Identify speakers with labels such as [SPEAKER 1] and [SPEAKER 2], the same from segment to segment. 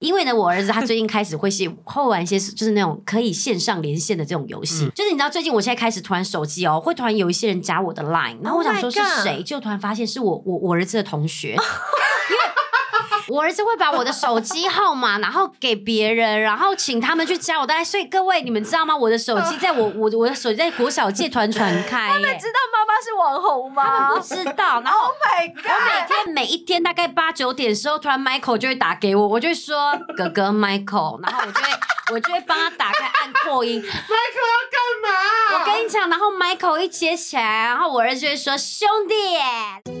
[SPEAKER 1] 因为呢，我儿子他最近开始会写，会玩一些就是那种可以线上连线的这种游戏。
[SPEAKER 2] 嗯
[SPEAKER 1] 就是你知道，最近我现在开始突然手机哦，会突然有一些人加我 的 Line，然后我
[SPEAKER 2] Oh
[SPEAKER 1] 想
[SPEAKER 2] my
[SPEAKER 1] 说是
[SPEAKER 2] God
[SPEAKER 1] 谁，就突然发现是我我我儿子的同 学。因为我儿子会把我的手机号码，然后给别人，然后请他们去加我的 Line。所以各位，你们知道吗？我的手机在我我我的手机在国小界团传 开耶，
[SPEAKER 2] 知道妈妈是网红
[SPEAKER 1] 他
[SPEAKER 2] 吗
[SPEAKER 1] 们不知道。然后
[SPEAKER 2] ？Oh my
[SPEAKER 1] 我
[SPEAKER 2] god！
[SPEAKER 1] 每天每一天大概八九点的时候，突然 Michael 就会打给我，我就会说哥哥 Michael，然后我就会我就会帮他打开按扩 音。
[SPEAKER 3] Michael
[SPEAKER 1] 我
[SPEAKER 3] 要干嘛？
[SPEAKER 1] 跟你讲，然后 Michael 一接起来，然后我儿子就会说兄弟耶，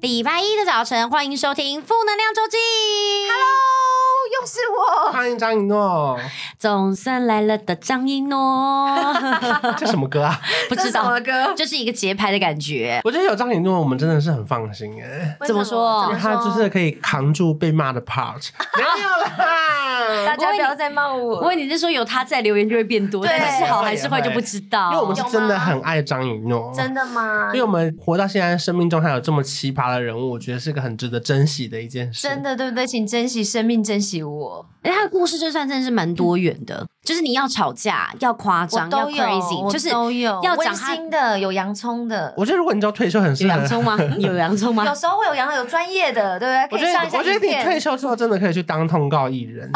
[SPEAKER 1] 礼拜一的早晨，欢迎收听《负能量周记》。Hello，
[SPEAKER 2] 哦又是我，
[SPEAKER 3] 欢迎张哦一诺，
[SPEAKER 1] 总算来了的张一诺，
[SPEAKER 3] 这什么歌啊？
[SPEAKER 1] 不
[SPEAKER 2] 这
[SPEAKER 1] 知
[SPEAKER 2] 是什
[SPEAKER 1] 道
[SPEAKER 2] 么， 歌？
[SPEAKER 1] 就是一个节拍的感觉。
[SPEAKER 3] 我觉得有张一诺，我们真的是很放心哎，
[SPEAKER 1] 怎么说
[SPEAKER 2] 怎
[SPEAKER 3] 因为
[SPEAKER 2] 么
[SPEAKER 3] 他就是可以扛住被骂的 part。没有啦，
[SPEAKER 2] 大家不要再骂我
[SPEAKER 1] 不过你是说有他在，留言就会变多，
[SPEAKER 2] 对
[SPEAKER 1] 但是好还是坏就不知道。
[SPEAKER 3] 因为我们是真的很爱张一诺，
[SPEAKER 2] 真的吗
[SPEAKER 3] 因？为我们活到现在，生命中还有这么奇葩的人物，我觉得是个很值得珍惜的一件事。
[SPEAKER 2] 真的对不对？请珍惜生命，珍惜我。
[SPEAKER 1] 哎，他的故事就算真的是蛮多元的，就是你要吵架，要夸张，
[SPEAKER 2] 我
[SPEAKER 1] 要
[SPEAKER 2] 都有
[SPEAKER 1] crazy，
[SPEAKER 2] 我
[SPEAKER 1] 就是
[SPEAKER 2] 都有
[SPEAKER 1] 要
[SPEAKER 2] 温
[SPEAKER 1] 讲他
[SPEAKER 2] 馨的，有洋葱的。
[SPEAKER 3] 我觉得如果你知道退休很
[SPEAKER 1] 有
[SPEAKER 3] 适合
[SPEAKER 1] 洋，葱吗？ 有洋葱吗
[SPEAKER 2] 有？时候会有洋有专业的，对不
[SPEAKER 3] 我
[SPEAKER 2] 对？
[SPEAKER 3] 觉
[SPEAKER 2] 可以上
[SPEAKER 3] 得
[SPEAKER 2] 一下
[SPEAKER 3] 我觉得
[SPEAKER 2] 影
[SPEAKER 3] 你退
[SPEAKER 2] 片。
[SPEAKER 3] 休之后真的可以去当通告艺人，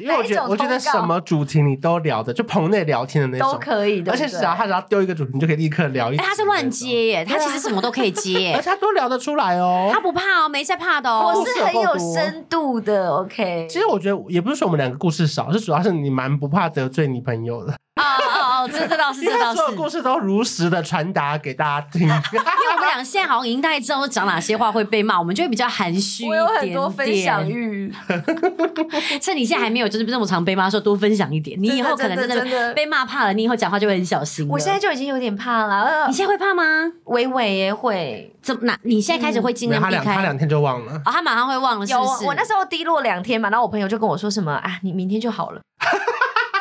[SPEAKER 3] 因为我
[SPEAKER 2] 哪一
[SPEAKER 3] 觉得
[SPEAKER 2] 种
[SPEAKER 3] 我觉得
[SPEAKER 2] 通告
[SPEAKER 3] 什么主题你都聊的，就棚内聊天的那种
[SPEAKER 2] 都可以对
[SPEAKER 3] 而
[SPEAKER 2] 不对
[SPEAKER 3] 且啊只要他只要丢一个主题，你就可以立刻聊一集
[SPEAKER 1] 哎，
[SPEAKER 3] 那种。
[SPEAKER 1] 他是乱接耶，
[SPEAKER 2] 啊
[SPEAKER 1] 他其实什么都可以接
[SPEAKER 3] 而
[SPEAKER 1] 耶，
[SPEAKER 3] 且他都聊得出来哦
[SPEAKER 1] 他。不怕哦，没在怕的哦
[SPEAKER 2] 我。是很有深度的，OK。
[SPEAKER 3] 其实我觉得也不是说我们两个故事少，是主要是你蛮不怕得罪你朋友的，
[SPEAKER 1] 哦哦哦，这这倒是，
[SPEAKER 3] 因为
[SPEAKER 1] 这
[SPEAKER 3] 他
[SPEAKER 1] 倒是
[SPEAKER 3] 所。有故事都如实的传达给大家听。
[SPEAKER 1] 因为我们俩现在好像已经大概知道讲哪些话会被骂，我们就会比较含蓄一
[SPEAKER 2] 我有
[SPEAKER 1] 点
[SPEAKER 2] 很多分享
[SPEAKER 1] 点。
[SPEAKER 2] 欲，
[SPEAKER 1] 趁你现在还没有就是那么常被骂，说多分享一点。你以后可能
[SPEAKER 2] 真的真的真的
[SPEAKER 1] 被骂怕了，你以后讲话就会很小心了。
[SPEAKER 2] 我现在就已经有点怕了。呃
[SPEAKER 1] 你现在会怕吗？
[SPEAKER 2] 伟伟也会
[SPEAKER 1] 怎么？那你现在开始会尽
[SPEAKER 3] 嗯没有
[SPEAKER 1] 量
[SPEAKER 3] 他
[SPEAKER 1] 避
[SPEAKER 3] 两他
[SPEAKER 1] 开？
[SPEAKER 3] 两天就忘了。
[SPEAKER 1] 哦，他马上会忘了，是
[SPEAKER 2] 有
[SPEAKER 1] 不
[SPEAKER 2] 啊
[SPEAKER 1] 是？
[SPEAKER 2] 我那时候低落两天嘛，然后我朋友就跟我说什么啊，你明天就好了。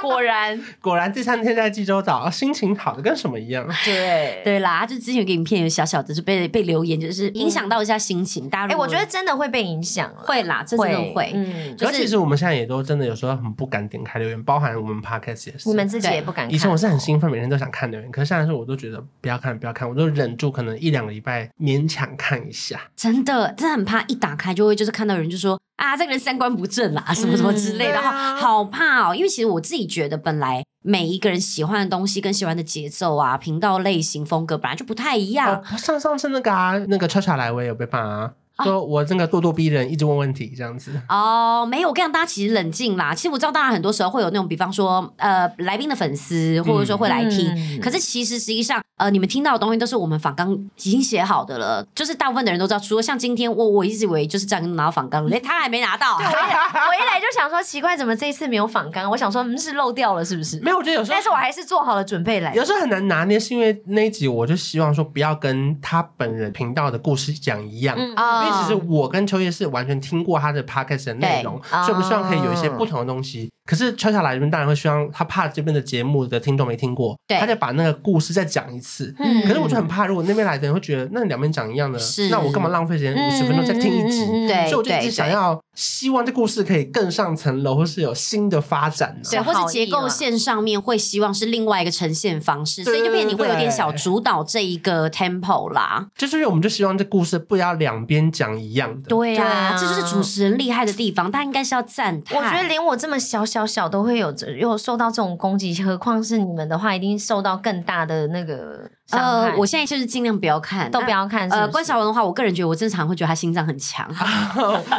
[SPEAKER 2] 果然，
[SPEAKER 3] 果然第三天在济州岛，心情好的跟什么一样。
[SPEAKER 2] 对。
[SPEAKER 1] 对啦，他就之前有个影片有小小的就被被留言，就是影响到一下心情。大家
[SPEAKER 2] 哎、
[SPEAKER 1] 如果
[SPEAKER 2] 我觉得真的会被影响了，
[SPEAKER 1] 会啦，这真的会。
[SPEAKER 2] 嗯，
[SPEAKER 1] 就
[SPEAKER 3] 可
[SPEAKER 1] 是
[SPEAKER 3] 是其实我们现在也都真的有时候很不敢点开留言，包含我们 podcast 也是。
[SPEAKER 2] 你们自己也不敢看。
[SPEAKER 3] 以前我是很兴奋，每天都想看留言，可是现在是我都觉得不要看，不要看，我都忍住，可能一两个礼拜勉强看一下。
[SPEAKER 1] 真的，真的很怕一打开就会就是看到有人就说啊，这个人三观不正啦，什么什么之类的，
[SPEAKER 3] 嗯
[SPEAKER 1] 然后
[SPEAKER 3] 对啊
[SPEAKER 1] 好怕哦。因为其实我自己觉得，本来每一个人喜欢的东西跟喜欢的节奏啊、频道类型、风格本来就不太一样。
[SPEAKER 3] 哦，上上次那个啊，那个悄悄来，我也有被骂啊，说我这个咄咄逼人，一直问问题这样子。
[SPEAKER 1] 哦，没有，我跟你讲，大家其实冷静啦。其实我知道，当然很多时候会有那种，比方说，呃，来宾的粉丝，或者说会来听。
[SPEAKER 2] 嗯
[SPEAKER 1] 可是其实实际上，呃，你们听到的东西都是我们访纲已经写好的了，就是大部分的人都知道。除了像今天，我我一直以为就是这样拿到访
[SPEAKER 3] 嗯
[SPEAKER 1] 纲，连他还没拿到、啊
[SPEAKER 2] 对，我一来我一来就想说，奇怪，怎么这一次没有反刚？我想说，嗯，是漏掉了是不是？
[SPEAKER 3] 没有，我觉得有时候
[SPEAKER 2] 但是我还是做好了准备来
[SPEAKER 3] 有。时候很难拿捏，是因为那一集我就希望说不要跟他本人频道的故事讲一样。
[SPEAKER 2] 嗯
[SPEAKER 1] 啊
[SPEAKER 3] 因为其实我跟秋叶是完全听过他的 podcast 的内容，
[SPEAKER 2] 对哦
[SPEAKER 3] 所以我们希望可以有一些不同的东西。可是悄悄来这边当然会希望他怕这边的节目的听众没听过，
[SPEAKER 1] 对
[SPEAKER 3] 他就把那个故事再讲一次。
[SPEAKER 1] 嗯
[SPEAKER 3] 可是我就很怕，如果那边来的人会觉得，那你两边讲一样的
[SPEAKER 1] 是，
[SPEAKER 3] 那我干嘛浪费时间五十分钟再听一集？
[SPEAKER 2] 嗯嗯嗯嗯嗯
[SPEAKER 1] 对
[SPEAKER 3] 所以我就一直
[SPEAKER 1] 对
[SPEAKER 3] 想要，希望这故事可以更上层楼，或是有新的发展呢、
[SPEAKER 1] 对，
[SPEAKER 2] 好
[SPEAKER 1] 或是结
[SPEAKER 2] 意嘛
[SPEAKER 1] 构线上面会希望是另外一个呈现方式，所
[SPEAKER 3] 对
[SPEAKER 1] 以就变成你会有点
[SPEAKER 3] 对
[SPEAKER 1] 小主导这一个 tempo 啦。
[SPEAKER 3] 就是因为我们就希望这故事不要两边讲一样的。
[SPEAKER 1] 对啊，
[SPEAKER 2] 对啊
[SPEAKER 1] 这就是主持人厉害的地方，大家应该是要赞叹。呃
[SPEAKER 2] 我觉得连我这么小小小都会有这有受到这种攻击，何况是你们的话，一定受到更大的那个伤害。
[SPEAKER 1] 呃，我现在就是尽量不要看，
[SPEAKER 2] 都不要看是不是
[SPEAKER 1] 呃，关晓雯的话，我个人觉得我正常会觉得她心脏很强。
[SPEAKER 3] 啊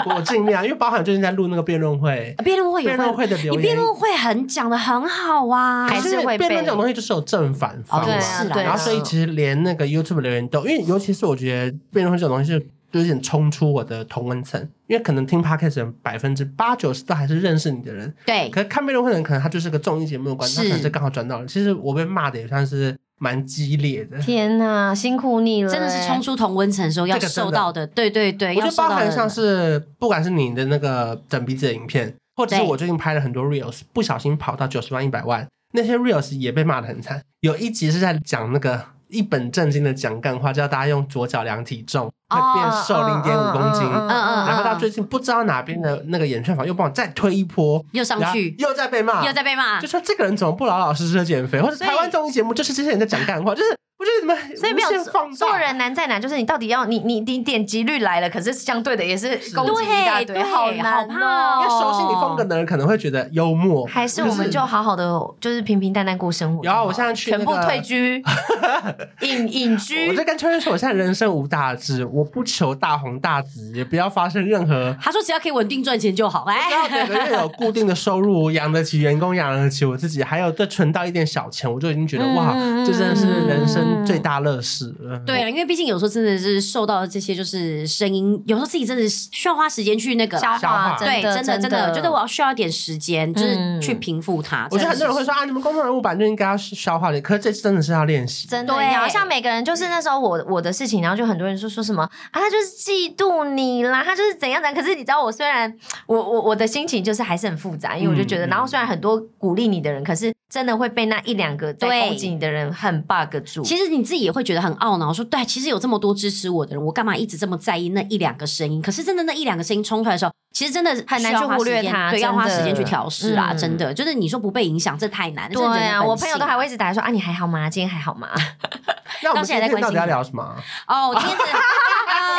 [SPEAKER 3] 我尽量，因为包含最近在录那个辩论会，
[SPEAKER 1] 辩论 会也
[SPEAKER 3] 辩论会的留
[SPEAKER 1] 你
[SPEAKER 3] 言
[SPEAKER 1] 辩论会很讲的很好啊，
[SPEAKER 2] 还是会被
[SPEAKER 3] 辩论这种东西就是有正反方
[SPEAKER 1] 哦
[SPEAKER 3] 嘛，
[SPEAKER 1] 对
[SPEAKER 2] 啊对啊
[SPEAKER 3] 然后所以其实连那个 YouTube 留言都，因为尤其是我觉得辩论会这种东西就有点冲出我的同温层，因为可能听 Podcast 人百分之八九十都还是认识你的人，
[SPEAKER 1] 对
[SPEAKER 3] 可是看辩论会的人可能他就是个综艺节目的观众，
[SPEAKER 1] 是
[SPEAKER 3] 他可能是刚好转到了。其实我被骂的也算是蛮激烈的。
[SPEAKER 2] 天哪，辛苦你了欸，
[SPEAKER 1] 真的是冲出同温层的时候要
[SPEAKER 3] 这个真的
[SPEAKER 1] 受到的，对对对，
[SPEAKER 3] 我觉
[SPEAKER 1] 要
[SPEAKER 3] 得
[SPEAKER 1] 受
[SPEAKER 3] 包
[SPEAKER 1] 到
[SPEAKER 3] 含
[SPEAKER 1] 的
[SPEAKER 3] 像是不管是你的那个整鼻子的影片，或者是
[SPEAKER 1] 对
[SPEAKER 3] 我最近拍了很多 reels，不小心跑到九十万、一百万，那些 reels 也被骂的很惨。有一集是在讲那个一本正经的讲干话，叫大家用左脚量体重会
[SPEAKER 2] 哦
[SPEAKER 3] 变瘦零点五公斤。
[SPEAKER 2] 嗯嗯嗯嗯
[SPEAKER 3] 然后到最近不知道哪边的那个演算法又帮我再推一波，
[SPEAKER 1] 又上
[SPEAKER 3] 然后
[SPEAKER 1] 去
[SPEAKER 3] 又在被骂，
[SPEAKER 1] 又在被骂
[SPEAKER 3] 就，说这个人怎么不老老实实的减肥，或者
[SPEAKER 1] 啊所以
[SPEAKER 3] 台湾综艺节目就是这些人在讲干话，就是我觉得你们
[SPEAKER 2] 所以没有
[SPEAKER 3] 无限放大
[SPEAKER 2] 做人难在哪，就是你到底要你你你点击率来了，可是相对的也是攻击一大
[SPEAKER 1] 对
[SPEAKER 2] 堆，
[SPEAKER 1] 对，
[SPEAKER 2] 好
[SPEAKER 1] 好
[SPEAKER 2] 难
[SPEAKER 1] 怕
[SPEAKER 2] 哦
[SPEAKER 1] 哦
[SPEAKER 3] 因为熟悉你风格的人可能会觉得幽默，
[SPEAKER 2] 还是我们就好好的，就是平平淡淡过生活就
[SPEAKER 3] 然
[SPEAKER 2] 好。
[SPEAKER 3] 后我现在去、那
[SPEAKER 2] 全
[SPEAKER 3] 个、
[SPEAKER 2] 部退居，隐隐居
[SPEAKER 3] 我。就跟秋秋说，我现在人生无大志，我不求大红大紫，也不要发生任何。
[SPEAKER 1] 他说只要可以稳定赚钱就好，
[SPEAKER 3] 只要
[SPEAKER 1] 哎，
[SPEAKER 3] 每个月有固定的收入，养得起员工，养得起我自己，还有再存到一点小钱，我就已经觉得哇，
[SPEAKER 1] 嗯
[SPEAKER 3] 这真的是人生最大乐事了。
[SPEAKER 2] 嗯
[SPEAKER 1] 对啊，因为毕竟有时候真的是受到这些就是声音，有时候自己真的是需要花时间去那个啦。
[SPEAKER 2] 消
[SPEAKER 3] 化
[SPEAKER 2] 化，
[SPEAKER 1] 对，真
[SPEAKER 2] 的
[SPEAKER 1] 真的，觉得我要需要一点时间，就是
[SPEAKER 2] 嗯
[SPEAKER 1] 去平复它。
[SPEAKER 3] 我觉得很多
[SPEAKER 1] 真
[SPEAKER 3] 人
[SPEAKER 1] 的
[SPEAKER 3] 会说啊，你们公众人物版就应该要消化点，可是这真的是要练习。
[SPEAKER 2] 真的
[SPEAKER 1] 对
[SPEAKER 2] 要像每个人，就是那时候我我的事情，然后就很多人说说什么啊，他就是嫉妒你啦，他就是怎样的。可是你知道，我虽然我我我的心情就是还是很复杂，因为我就觉得，
[SPEAKER 3] 嗯
[SPEAKER 2] 然后虽然很多鼓励你的人，可是真的会被那一两个在
[SPEAKER 1] 对
[SPEAKER 2] 攻击你的人很 bug 住。
[SPEAKER 1] 其实你自己也会觉得很懊恼，说对，啊其实有这么多支持我的人，我干嘛一直这么在意那一两个声音？可是真的那一两个声音冲出来的时候，其实真的
[SPEAKER 2] 很难
[SPEAKER 1] 需要
[SPEAKER 2] 去
[SPEAKER 1] 花
[SPEAKER 2] 忽略
[SPEAKER 1] 时间
[SPEAKER 2] 它
[SPEAKER 1] 对，要花
[SPEAKER 2] 真的
[SPEAKER 1] 时间去调试啦，
[SPEAKER 2] 嗯
[SPEAKER 1] 真的。就是你说不被影响，这太难。
[SPEAKER 2] 对
[SPEAKER 1] 这是人的本
[SPEAKER 2] 啊，
[SPEAKER 1] 性
[SPEAKER 2] 我朋友都还会一直打来说啊，你还好 吗？今天还好吗？
[SPEAKER 3] 那我们
[SPEAKER 1] 到
[SPEAKER 3] 今
[SPEAKER 1] 现在在
[SPEAKER 3] 天
[SPEAKER 1] 关
[SPEAKER 3] 到
[SPEAKER 1] 心
[SPEAKER 3] 底要聊什么啊？
[SPEAKER 1] 哦，今天的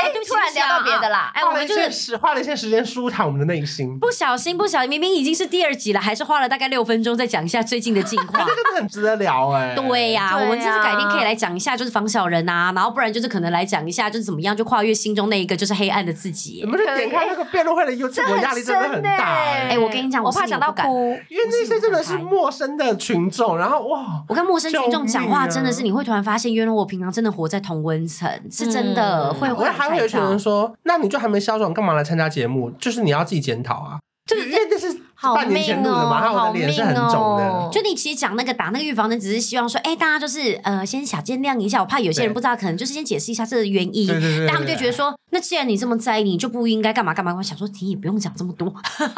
[SPEAKER 1] 哎
[SPEAKER 2] 哎，突然聊到别的。啦，
[SPEAKER 1] 哎，我
[SPEAKER 3] 花了
[SPEAKER 1] 们
[SPEAKER 3] 一
[SPEAKER 1] 就是
[SPEAKER 3] 些时，花了一些时间舒坦我们的内心，
[SPEAKER 1] 不小心，不小心，明明已经是第二集了，还是花了大概六分钟再讲一下最近的近况。
[SPEAKER 3] 这真的很值得聊 哎。
[SPEAKER 1] 对呀、
[SPEAKER 2] 对呀
[SPEAKER 1] 我们这次改天可以来讲一下，就是防小人啊，然后不然就是可能来讲一下，就是怎么样就跨越心中那一个就是黑暗的自己
[SPEAKER 3] 你。们就点开那个辩论会的 YouTube，我压力真的很大
[SPEAKER 2] 哎、
[SPEAKER 3] 哎、
[SPEAKER 1] 欸我跟你讲
[SPEAKER 2] 我
[SPEAKER 1] 我
[SPEAKER 2] 怕
[SPEAKER 1] 心里
[SPEAKER 2] 讲到
[SPEAKER 1] 不敢
[SPEAKER 2] 哭。
[SPEAKER 3] 因为那些真的是陌生的群众，然后哇，
[SPEAKER 1] 我跟陌生群众讲
[SPEAKER 3] 救
[SPEAKER 1] 话，
[SPEAKER 3] 命啊
[SPEAKER 1] 真的是你会突然发现，原来我平常真的活在同温层，是真的、
[SPEAKER 2] 嗯
[SPEAKER 1] 会
[SPEAKER 3] 我
[SPEAKER 1] 会
[SPEAKER 3] 还会有一群人说，那你就还没消肿，干嘛来参加节目？就是你要自己检讨啊，就是因为那是
[SPEAKER 2] 好
[SPEAKER 3] 半年前录的嘛，然
[SPEAKER 2] 命哦
[SPEAKER 3] 后我的脸是很肿
[SPEAKER 2] 好
[SPEAKER 3] 的
[SPEAKER 2] 命哦。
[SPEAKER 1] 就你其实讲那个打那个预防针，只是希望说，哎、大家就是呃，先小见谅一下。我怕有些人
[SPEAKER 3] 对
[SPEAKER 1] 不知道，可能就是先解释一下这个原因。
[SPEAKER 3] 对对对对对
[SPEAKER 1] 但他们就觉得说，那既然你这么在意，你就不应该干嘛干嘛。我想说，你也不用讲这么多。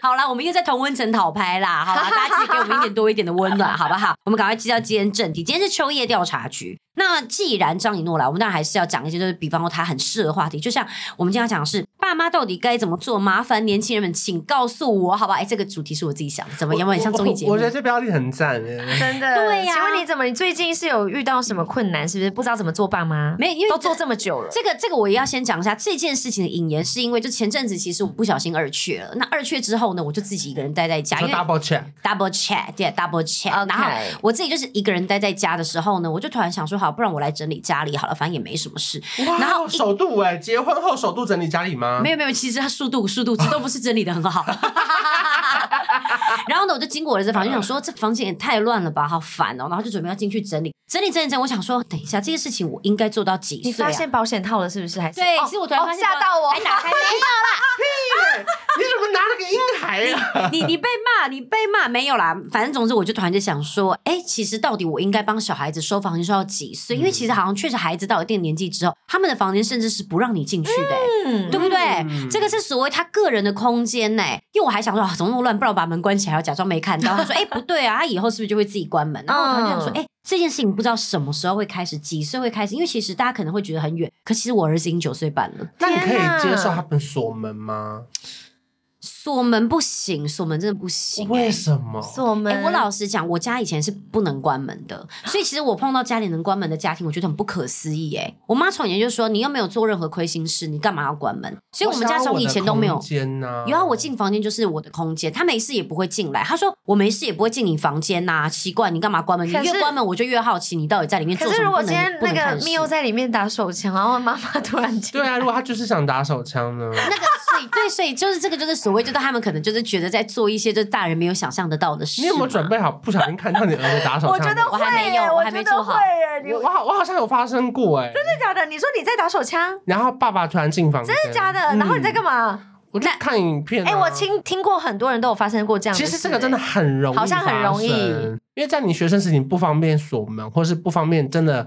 [SPEAKER 1] 好啦，我们又在同温层讨拍啦，好啦，大家记得给我们一点多一点的温暖，好不好？我们赶快接到今天正题，今天是秋叶调查局。那既然张以诺来，我们当然还是要讲一些，就是比方说他很适合的话题，就像我们今天要讲的是爸妈到底该怎么做，麻烦年轻人们请告诉我，好吧？哎，这个主题是我自己想的，怎么有没有很像综艺节目？
[SPEAKER 3] 我我觉得这标题很赞哎。
[SPEAKER 2] 真的，
[SPEAKER 1] 对呀
[SPEAKER 2] 请问你怎么？你最近是有遇到什么困难？是不是不知道怎么做爸妈？
[SPEAKER 1] 没有因为
[SPEAKER 2] 都做这么久了，
[SPEAKER 1] 这个这个我也要先讲一下这件事情的引言，是因为就前阵子其实我不小心二确了，那二确之后呢，我就自己一个人待在家，因
[SPEAKER 3] 说
[SPEAKER 1] 为
[SPEAKER 3] double check，
[SPEAKER 1] double check 对 double check，、
[SPEAKER 2] OK
[SPEAKER 1] 然后我自己就是一个人待在家的时候呢，我就突然想说，好，不然我来整理家里好了，反正也没什么事。
[SPEAKER 3] 然
[SPEAKER 1] 然
[SPEAKER 3] 后
[SPEAKER 1] 后
[SPEAKER 3] 首度哎，结婚后首度整理家里吗？
[SPEAKER 2] 嗯
[SPEAKER 1] 没有没有，其实他速度速度都不是整理的很 好。然后呢，我就经过我的这
[SPEAKER 2] 嗯
[SPEAKER 1] 房间，想说这房间也太乱了吧，好烦哦。然后就准备要进去整理，整理整理整理，我想说，等一下这些事情我应该做到几岁、啊？
[SPEAKER 2] 你发现保险套了是不是？还是
[SPEAKER 1] 对，
[SPEAKER 2] 哦
[SPEAKER 1] 其实我突然
[SPEAKER 2] 哦
[SPEAKER 1] 发现
[SPEAKER 2] 吓到我，
[SPEAKER 1] 还 打开没
[SPEAKER 3] 你怎么拿了个婴孩啊？
[SPEAKER 1] 你你被骂，你被骂没有啦。反正总之，我就突然就想说，哎、其实到底我应该帮小孩子收房间收到几岁？因为其实
[SPEAKER 2] 嗯
[SPEAKER 1] 好像确实孩子到一定年纪之后，他们的房间甚至是不让你进去的、欸
[SPEAKER 2] 嗯
[SPEAKER 1] 对不对？
[SPEAKER 3] 嗯
[SPEAKER 1] 这个是所谓他个人的空间呢、因为我还想说，啊、怎么那么乱？不然我把门关起来，我假装没看到。他说，哎、不对啊，他以后是不是就会自己关门？然后我突然就想说，
[SPEAKER 2] 嗯
[SPEAKER 1] 哎、这件事情不知道什么时候会开始，几岁会开始？因为其实大家可能会觉得很远，可其实我儿子已经九岁半了。
[SPEAKER 3] 那你可
[SPEAKER 2] 天
[SPEAKER 3] 以
[SPEAKER 2] 哪
[SPEAKER 3] 接受他们锁门吗？
[SPEAKER 1] 锁门不行，锁门真的不行、欸
[SPEAKER 3] 为什么？
[SPEAKER 2] 锁门、
[SPEAKER 1] 哎、我老实讲，我家以前是不能关门的，所以其实我碰到家里能关门的家庭，我觉得很不可思议、哎，我妈从以前就说，你又没有做任何亏心事，你干嘛要关门？所以我们家从以前都没有
[SPEAKER 3] 我。想要我的空间呐。
[SPEAKER 1] 然后我进房间就是我的空间，她没事也不会进来。她说我没事也不会进你房间呐、奇怪，你干嘛关门？你
[SPEAKER 2] 可是
[SPEAKER 1] 越关门我就越好奇你到底在里面做
[SPEAKER 2] 可
[SPEAKER 1] 什
[SPEAKER 2] 是如
[SPEAKER 1] 么。
[SPEAKER 2] 果
[SPEAKER 1] 不
[SPEAKER 2] 今
[SPEAKER 1] 能
[SPEAKER 2] 天
[SPEAKER 1] 不
[SPEAKER 2] 那
[SPEAKER 1] 能看
[SPEAKER 2] 个
[SPEAKER 1] 事
[SPEAKER 2] 密友在里面打手枪，然后妈妈突然进
[SPEAKER 3] 对啊，如果他就是想打手枪 呢？
[SPEAKER 1] 那个，所以对，所以就是这个，就是所谓，就是他们可能就是觉得在做一些就是大人没有想象得到的事嘛。
[SPEAKER 3] 你有没有准备好不小心看到你儿子打手枪？
[SPEAKER 2] 我觉得
[SPEAKER 1] 我还没有
[SPEAKER 2] 会耶
[SPEAKER 1] 我还没
[SPEAKER 2] 觉得
[SPEAKER 1] 做好
[SPEAKER 2] 会耶你
[SPEAKER 3] 我我好我好像有发生过哎、
[SPEAKER 2] 真的假的？你说你在打手枪，
[SPEAKER 3] 然后爸爸突然进房间，
[SPEAKER 2] 嗯真的假的？然后你在干嘛？
[SPEAKER 3] 我就
[SPEAKER 2] 那
[SPEAKER 3] 看影片、啊。
[SPEAKER 2] 哎、我听听过很多人都有发生过这样的
[SPEAKER 3] 其
[SPEAKER 2] 事、
[SPEAKER 3] 实这个真的
[SPEAKER 2] 哎
[SPEAKER 3] 很容易，
[SPEAKER 2] 好像很容易，
[SPEAKER 3] 因为在你学生时期你不方便锁门，或是不方便真的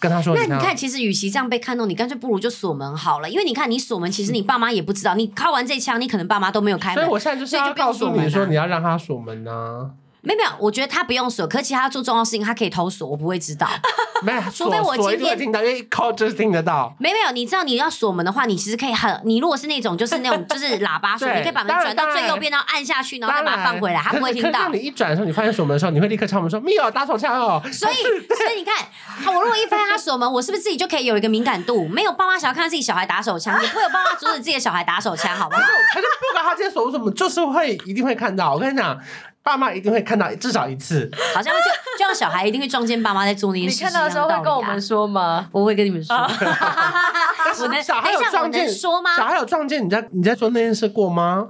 [SPEAKER 3] 跟他说。
[SPEAKER 1] 那你看，，其实与其这样被看到，你干脆不如就锁门好了。因为你看，你锁门，其实你爸妈也不知道。你靠完这一枪，你可能爸妈都没有开
[SPEAKER 3] 所
[SPEAKER 1] 门
[SPEAKER 3] 以。我现在就是
[SPEAKER 1] 所以就
[SPEAKER 3] 要
[SPEAKER 1] 不用
[SPEAKER 3] 告诉
[SPEAKER 1] 锁门
[SPEAKER 3] 你说，
[SPEAKER 1] 啊
[SPEAKER 3] 你要让他锁门啊，
[SPEAKER 1] 没有没有，我觉得他不用锁，可是其他做重要事情，他可以偷锁，我不会知 道。
[SPEAKER 3] 没有，
[SPEAKER 1] 除非
[SPEAKER 3] 锁
[SPEAKER 1] 我
[SPEAKER 3] 锁
[SPEAKER 1] 今
[SPEAKER 3] 一定会
[SPEAKER 1] 天
[SPEAKER 3] 听到，因为一 call 就是听得到。
[SPEAKER 1] 没有没有，你知道你要锁门的话，你其实可以很，你如果是那种就是那 种就是喇叭锁，
[SPEAKER 3] 对
[SPEAKER 1] 你可以把门
[SPEAKER 3] 当然
[SPEAKER 1] 转到最
[SPEAKER 3] 当然
[SPEAKER 1] 右边，然后按下去，然后再
[SPEAKER 3] 当
[SPEAKER 1] 把它
[SPEAKER 3] 然
[SPEAKER 1] 放回来，他
[SPEAKER 3] 可
[SPEAKER 1] 不会
[SPEAKER 3] 是
[SPEAKER 1] 听
[SPEAKER 3] 可是
[SPEAKER 1] 到
[SPEAKER 3] 当你。一转的时候，你发现锁门的时候，你会立刻敲门说：“密友打手枪哦！”
[SPEAKER 1] 所 以，所以你看，好我如果一发现他锁门，我是不是自己就可以有一个敏感度？没有爸妈想要看到自己小孩打手枪，也不会有爸妈阻止自己的小孩打手枪，好不好？
[SPEAKER 3] 可是不管他今天锁不锁门，就是会一定会看到。我跟你讲，爸妈一定会看到至少一 次。
[SPEAKER 1] 好像就就像小孩一定会撞见爸妈在做那件
[SPEAKER 2] 你
[SPEAKER 1] 事情
[SPEAKER 2] 看
[SPEAKER 1] 一样
[SPEAKER 2] 到
[SPEAKER 1] 的
[SPEAKER 2] 的时候会跟
[SPEAKER 1] 道
[SPEAKER 2] 我
[SPEAKER 1] 理啊
[SPEAKER 2] 们说吗？啊
[SPEAKER 1] 我会跟你们说，
[SPEAKER 3] 但是
[SPEAKER 1] 我能
[SPEAKER 3] 小孩有
[SPEAKER 1] 等一下我
[SPEAKER 3] 撞见
[SPEAKER 1] 能说吗
[SPEAKER 3] 小孩有撞见你在你在做那件事过吗？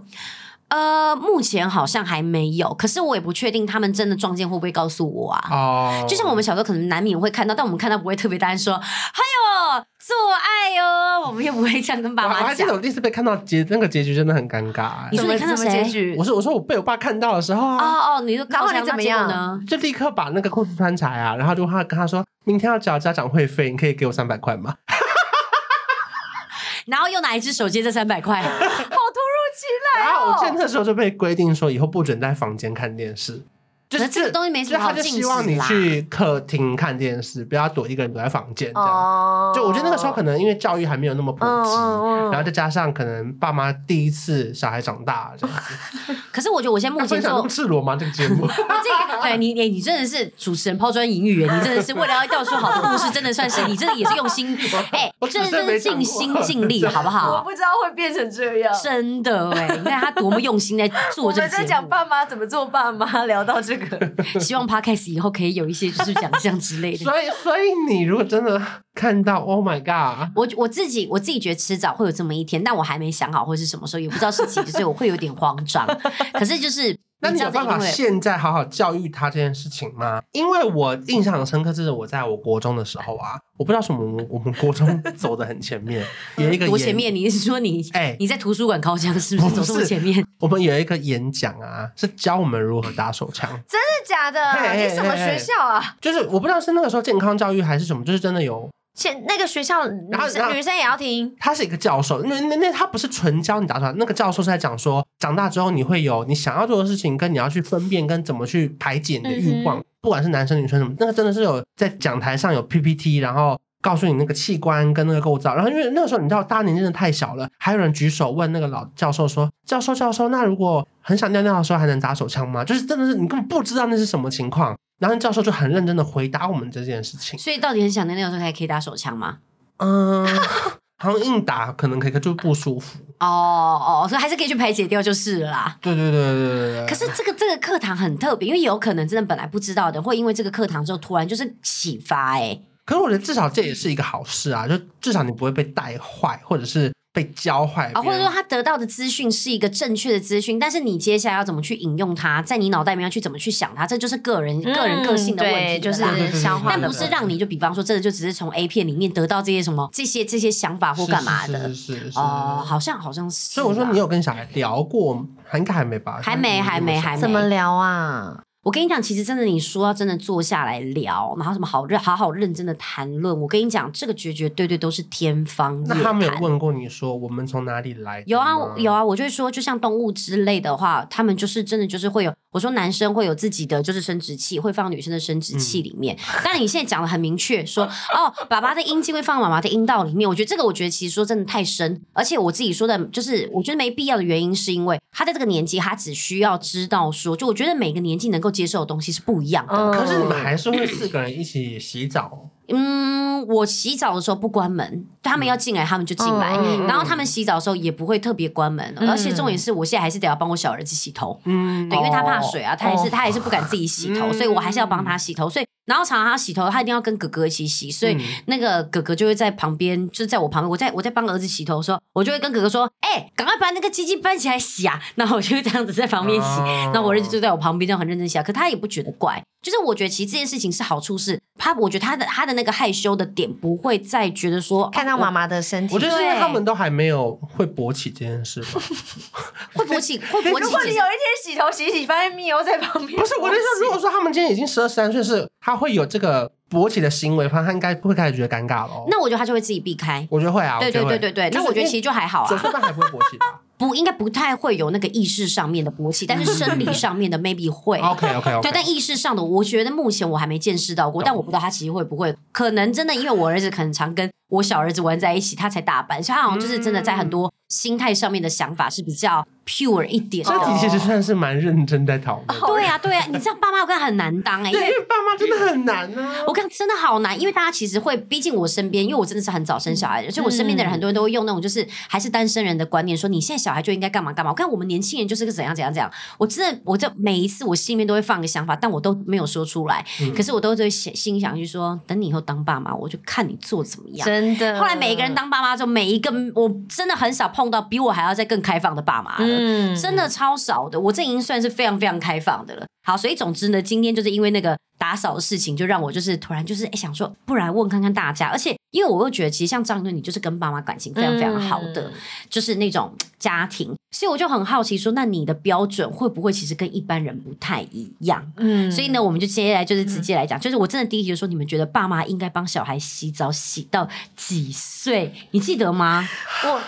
[SPEAKER 1] 呃，目前好像还没有，可是我也不确定他们真的撞见会不会告诉我啊。
[SPEAKER 3] 哦，
[SPEAKER 1] 就像我们小时候可能难免会看到，但我们看到不会特别担心说“哎呦做爱哦”，我们也不会这样跟爸
[SPEAKER 3] 哦我
[SPEAKER 1] 妈
[SPEAKER 3] 还记
[SPEAKER 1] 讲
[SPEAKER 3] 得。我第一次被看到结那个结局真的很尴尬、
[SPEAKER 1] 你
[SPEAKER 3] 欸。
[SPEAKER 1] 说
[SPEAKER 2] 怎么
[SPEAKER 1] 看到
[SPEAKER 2] 怎么结
[SPEAKER 1] 谁
[SPEAKER 2] 局
[SPEAKER 3] 我？说我说我被我爸看到的时候啊，
[SPEAKER 1] 哦哦，你就
[SPEAKER 2] 然
[SPEAKER 1] 告
[SPEAKER 2] 后
[SPEAKER 1] 诉他
[SPEAKER 2] 你怎
[SPEAKER 1] 那
[SPEAKER 2] 么
[SPEAKER 1] 结果
[SPEAKER 2] 样
[SPEAKER 1] 呢？
[SPEAKER 3] 就立刻把那个裤子穿起来啊，然后就他跟他说明天要缴家长会费，你可以给我三百块吗？
[SPEAKER 1] 然后又拿一只手接这三百块，啊
[SPEAKER 2] 好突如其来
[SPEAKER 3] 然后啊我记得
[SPEAKER 2] 哦！
[SPEAKER 3] 那时候就被规定说以后不准在房间看电视。就
[SPEAKER 1] 可是这个东西没什么好
[SPEAKER 3] 就是他就
[SPEAKER 1] 禁
[SPEAKER 3] 希望
[SPEAKER 1] 止
[SPEAKER 3] 你
[SPEAKER 1] 啦
[SPEAKER 3] 去客厅看电视，不要躲一个人躲在房间这样。
[SPEAKER 2] 哦
[SPEAKER 3] 就我觉得那个时候可能因为教育还没有那么普
[SPEAKER 2] 嗯
[SPEAKER 3] 及，
[SPEAKER 2] 嗯嗯
[SPEAKER 3] 然后再加上可能爸妈第一次小孩长大这样子，
[SPEAKER 1] 可是我觉得我现在目
[SPEAKER 3] 分
[SPEAKER 1] 前
[SPEAKER 3] 享那
[SPEAKER 1] 做
[SPEAKER 3] 么赤裸吗？这个节 目
[SPEAKER 1] 我这个，对哎你，你你真的是主持人抛砖引玉，你真的是为了要道出好的故事，真的算是你真的也是用心，哎、
[SPEAKER 3] 我
[SPEAKER 1] 真的
[SPEAKER 3] 只是
[SPEAKER 1] 真的
[SPEAKER 3] 没
[SPEAKER 1] 是
[SPEAKER 3] 想
[SPEAKER 1] 尽
[SPEAKER 3] 过
[SPEAKER 1] 心尽 力，好不
[SPEAKER 2] 我
[SPEAKER 1] 好？
[SPEAKER 2] 不知道会变成这样。
[SPEAKER 1] 真的哎、你看他多么用心在
[SPEAKER 2] 啊我
[SPEAKER 1] 做这个
[SPEAKER 2] 们
[SPEAKER 1] 节
[SPEAKER 2] 在
[SPEAKER 1] 目
[SPEAKER 2] 讲爸妈怎么做爸妈，聊到这个，
[SPEAKER 1] 希望 podcast 以后可以有一些就是奖项之类 的。
[SPEAKER 3] 所以所以你如果真的看到，Oh my God，
[SPEAKER 1] 我我自己我自己觉得迟早会有这么一天，但我还没想好会是什么时候，也不知道是几岁，所以我会有点慌 张。可是就是
[SPEAKER 3] 那
[SPEAKER 1] 你
[SPEAKER 3] 你
[SPEAKER 1] 知道这
[SPEAKER 3] 有
[SPEAKER 1] 一
[SPEAKER 3] 办
[SPEAKER 1] 定
[SPEAKER 3] 法
[SPEAKER 1] 会
[SPEAKER 3] 现在好好教育他这件事情吗？因为我印象很深刻，就是我在我国中的时候啊，我不知道为什么我们国中走的很前 面，有一个
[SPEAKER 1] 多
[SPEAKER 3] 演
[SPEAKER 1] 前面，你是说你
[SPEAKER 3] 哎
[SPEAKER 1] 你在图书馆靠墙是不是走
[SPEAKER 3] 不
[SPEAKER 1] 这
[SPEAKER 3] 是
[SPEAKER 1] 么前面？
[SPEAKER 3] 我们有一个演讲啊，是教我们如何打手枪。
[SPEAKER 2] 真的假
[SPEAKER 3] 嘿
[SPEAKER 2] 的？
[SPEAKER 3] 嘿
[SPEAKER 2] 你什么学校啊？
[SPEAKER 3] 就是我不知道是那个时候健康教育还是什么，就是真的有，
[SPEAKER 2] 现那个学校女
[SPEAKER 3] 然后然
[SPEAKER 2] 生
[SPEAKER 3] 后
[SPEAKER 2] 女生也要听
[SPEAKER 3] 他是一个教授，那那那他不是纯教你打算，那个教授是在讲说，长大之后你会有你想要做的事情，跟你要去分辨跟怎么去排解你的欲望，不管是男生女生什么，那个真的是有在讲台上有 PPT，然后。告诉你那个器官跟那个构造，然后因为那个时候你知道大家年纪真的太小了，还有人举手问那个老教授说：“教授教授，那如果很想尿尿的时候还能打手枪吗？”就是真的是你根本不知道那是什么情况，然后教授就很认真的回答我们这件事情。
[SPEAKER 1] 所以到底很想念那个时候才可以打手枪吗？
[SPEAKER 3] 嗯，好像硬打可能可以，可就不舒服。
[SPEAKER 1] 哦哦，所以还是可以去排解掉就是了啦。
[SPEAKER 3] 对对对对对对。
[SPEAKER 1] 可是这个这个课堂很特别，因为有可能真的本来不知道的人，会因为这个课堂之后突然就是启发、欸。
[SPEAKER 2] 啊
[SPEAKER 3] 可是我觉得至少这也是一个好事啊，就至少你不会被带坏，或者是被教坏
[SPEAKER 1] 啊，
[SPEAKER 3] 别
[SPEAKER 1] 或
[SPEAKER 3] 人
[SPEAKER 1] 者说他得到的资讯是一个正确的资讯，但是你接下来要怎么去引用它，在你脑袋里面要去怎么去想它，这就是个人、个人个性的问题
[SPEAKER 2] 嗯对就
[SPEAKER 1] 了啦
[SPEAKER 3] 嗯对
[SPEAKER 2] 是
[SPEAKER 3] 对对
[SPEAKER 2] 消化
[SPEAKER 1] 但
[SPEAKER 2] 的
[SPEAKER 1] 不
[SPEAKER 2] 问
[SPEAKER 1] 是
[SPEAKER 2] 题。
[SPEAKER 1] 让你就比方说，真的就只是从 A 片里面得到这些什么这些这些想法或干嘛的
[SPEAKER 3] 是是是是是
[SPEAKER 1] 哦、好像好像是。
[SPEAKER 3] 所以我说你，有跟小孩聊过，应该还没吧？
[SPEAKER 1] 还没还没还没
[SPEAKER 2] 怎么聊啊？
[SPEAKER 1] 我跟你讲，其实真的你说要真的坐下来聊，然后什么好认好好认真的谈论，我跟你讲，这个绝绝对对都是天方夜
[SPEAKER 3] 那他们有
[SPEAKER 1] 谭。
[SPEAKER 3] 问过你说我们从哪里来？
[SPEAKER 1] 有啊，我有。啊，我就会说，就像动物之类的话，他们就是真的就是会有。我说男生会有自己的就是生殖器，会放女生的生殖
[SPEAKER 3] 嗯
[SPEAKER 1] 器里面。但你现在讲的很明确，说哦，爸爸的阴茎会放妈妈的阴道里面。我觉得这个，我觉得其实说真的太深，而且我自己说的，就是我觉得没必要的原因，是因为他在这个年纪，他只需要知道说，就我觉得每个年纪能够接受的东西是不一样的。
[SPEAKER 2] 嗯
[SPEAKER 3] 可是你们还是会四个人一起洗 澡，
[SPEAKER 1] 嗯，我洗澡的时候不关门，他们要进来他们就进来，
[SPEAKER 2] 嗯
[SPEAKER 3] 嗯嗯嗯
[SPEAKER 1] 然后他们洗澡的时候也不会特别关门，
[SPEAKER 2] 嗯
[SPEAKER 1] 而且重点是我现在还是得要帮我小儿子洗头，
[SPEAKER 3] 嗯
[SPEAKER 1] 对，因为他怕
[SPEAKER 2] 哦
[SPEAKER 1] 水啊，他也是、
[SPEAKER 2] 哦
[SPEAKER 1] 他也是不敢自己洗头，
[SPEAKER 3] 嗯
[SPEAKER 1] 所以我还是要帮他洗头，所以然后常常他洗头，他一定要跟哥哥一起洗，所以。
[SPEAKER 3] 嗯
[SPEAKER 1] 那个哥哥就会在旁边，就在我旁边，我在我在帮儿子洗头的时候，我就会跟哥哥说：“哎、赶快把那个鸡鸡搬起来洗啊！”然后我就这样子在旁边洗，
[SPEAKER 3] 哦
[SPEAKER 1] 那我儿子就在我旁边，就很认真洗啊。可他也不觉得怪，就是我觉得其实这件事情是好处是，他我觉得他的他的那个害羞的点不会再觉得说啊
[SPEAKER 2] 看到
[SPEAKER 1] 妈
[SPEAKER 2] 妈妈的身体，
[SPEAKER 3] 我觉得是因为
[SPEAKER 1] 对
[SPEAKER 3] 他们都还没有会勃起这件事吧。
[SPEAKER 1] 会勃起会勃
[SPEAKER 2] 如果你
[SPEAKER 1] 起
[SPEAKER 2] 有。一天洗头洗一洗，发现密欧在旁边，
[SPEAKER 3] 不是，我就说，如果说他们今天已经十二十三岁，是他会有这个勃起的行为，他应该会开始觉得尴尬了。
[SPEAKER 1] 那我觉得他就会自己避开。
[SPEAKER 3] 我觉得会啊，
[SPEAKER 1] 对对
[SPEAKER 3] 我
[SPEAKER 1] 对
[SPEAKER 3] 觉得会
[SPEAKER 1] 对对，
[SPEAKER 3] 就是
[SPEAKER 1] 那我觉得其实就还好
[SPEAKER 3] 九
[SPEAKER 1] 啊，
[SPEAKER 3] 岁半还不会勃起吧
[SPEAKER 1] 不应该不太会有那个意识上面的勃起，但是生理上面的 maybe 会。
[SPEAKER 3] ？OK OK
[SPEAKER 1] 对，
[SPEAKER 3] OK，
[SPEAKER 1] 但意识上的，我觉得目前我还没见识到过，但我不知道他其实会不会，可能真的因为我儿子很常跟我小儿子玩在一起，他才大班，所以他好像就是真的在很多心态上面的想法是比较 pure 一点
[SPEAKER 3] 这题
[SPEAKER 1] 的。
[SPEAKER 3] 其实哦算是蛮认真在讨论。
[SPEAKER 1] 对啊，对啊，你知道爸妈我跟很难当哎、因
[SPEAKER 3] 对，因
[SPEAKER 1] 为
[SPEAKER 3] 为爸妈真的很难啊呢、
[SPEAKER 1] 我看真的好难，因为大家其实会，毕竟我身边，因为我真的是很早生小孩的，所以我身边
[SPEAKER 2] 嗯
[SPEAKER 1] 的人很多人都会用那种就是还是单身人的观念，说你现在小孩就应该干嘛干嘛。我看我们年轻人就是个怎样怎样怎样，我真的我这每一次我心里面都会放个想法，但我都没有说出来，
[SPEAKER 3] 嗯
[SPEAKER 1] 可是我都会心心想就说，等你以后当爸妈，我就哎看你做怎么样。
[SPEAKER 2] 真的。
[SPEAKER 1] 后来每一个人，当爸妈之后，每一个我真的很少碰到比我还要再更开放的爸妈了。
[SPEAKER 2] 嗯
[SPEAKER 1] 真的超少的，我这已经算是非常非常开放的了。好，所以总之呢，今天就是因为那个打扫的事情，就让我就是突然就是哎、诶想说，不然问看看大家。而且因为我又觉得，其实像张顿，你就是跟爸妈感情非常非常好的，
[SPEAKER 2] 嗯
[SPEAKER 1] 就是那种家庭，所以我就很好奇说，那你的标准会不会其实跟一般人不太一样？
[SPEAKER 2] 嗯
[SPEAKER 1] 所以呢，我们就接下来就是直接来讲，就是我真的第一题就说，你们觉得爸妈应该帮小孩洗澡洗到几岁？你记得吗？
[SPEAKER 2] 我